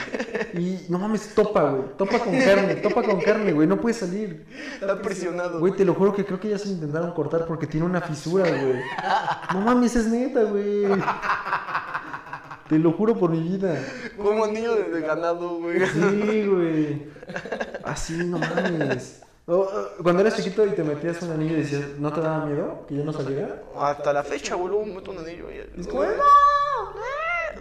E: Y no mames, topa, güey. Topa con carne, topa con carne, güey. No puede salir.
C: Está presionado.
E: Güey, te lo juro que creo que ya se lo intentaron cortar porque tiene una fisura, güey. No mames, es neta, güey. Te lo juro por mi vida.
C: Como anillo de, de ganado, güey.
E: Sí, güey. Así, no mames. O, o, cuando eras chiquito y te metías un anillo y decías, ¿no te daba miedo que yo no saliera?
C: Hasta la fecha, güey, luego me meto un anillo. Y...
E: Es como, "No,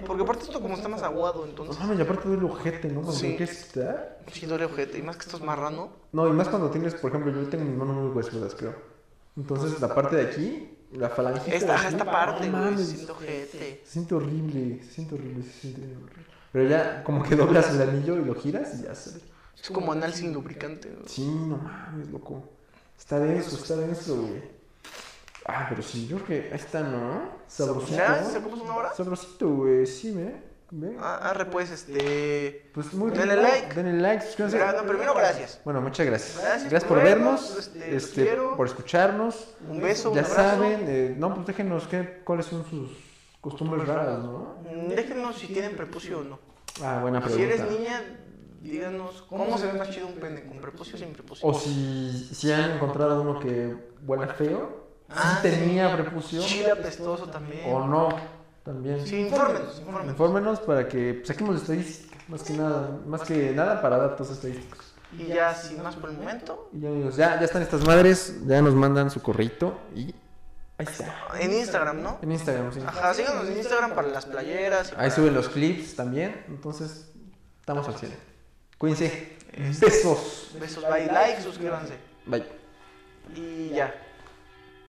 C: Porque aparte esto como está más aguado,
E: No
C: entonces...
E: mames, y aparte duele ojete, ¿no? Cuando
C: Sí.
E: lo quieres quitar.
C: Sí, duele ojete. Y más que esto es marrano.
E: No, y más cuando tienes, por ejemplo, yo tengo mis manos muy huesudas, creo. Entonces, la parte de aquí, la falange.
C: Esta, ajá, esta parte,
E: no
C: güey,
E: mames.
C: siento ojete.
E: Se siente horrible, se siente horrible, se siente horrible. Pero ya, como que doblas el anillo y lo giras y ya se.
C: Es como anal sin lubricante. güey.
E: Sí, no mames, loco. Está denso, está denso, güey. Ah, pero sí, yo creo que ahí está, ¿no? Sabrosito.
C: ¿Ya? ¿Se puso una hora?
E: Sabrosito, güey, sí, ¿ve? ¿Ve?
C: Ah, arre, pues, este...
E: Pues muy
C: Denle
E: rico.
C: like.
E: Denle like, suscríbanse.
C: Gra- no, primero, gracias.
E: Bueno, muchas gracias.
C: Gracias
E: Gracias,
C: por
E: por,
C: vernos,
E: vernos,
C: este, los
E: este,
C: quiero.
E: por escucharnos.
C: Un beso, un
E: Ya
C: abrazo.
E: saben, eh, no, pues déjenos qué, cuáles son sus costumbres raras, ¿no?
C: Mm, Déjenos si tienen prepucio o no.
E: Ah, buena pregunta.
C: Si eres niña, díganos cómo se ve más chido un pene, con prepucio o sin prepucio.
E: O si, si han encontrado uno que huela feo,
C: Ah,
E: si tenía prepucio
C: Chile apestoso también.
E: o no, también.
C: Sí, infórmenos, infórmenos.
E: Infórmenos para que saquemos estadísticas, más que nada, más que nada para datos estadísticos.
C: Y ya, sin más por el momento,
E: Y ya, amigos, ya, ya están estas madres, ya nos mandan su corrito y ahí está.
C: en Instagram, ¿no?
E: En Instagram, sí.
C: Ajá, síganos en Instagram para las playeras.
E: Ahí suben los clips también, entonces estamos al cielo.
C: este,
E: Cuídense. Besos.
C: Besos, bye, like, suscríbanse.
E: Bye.
C: Y ya.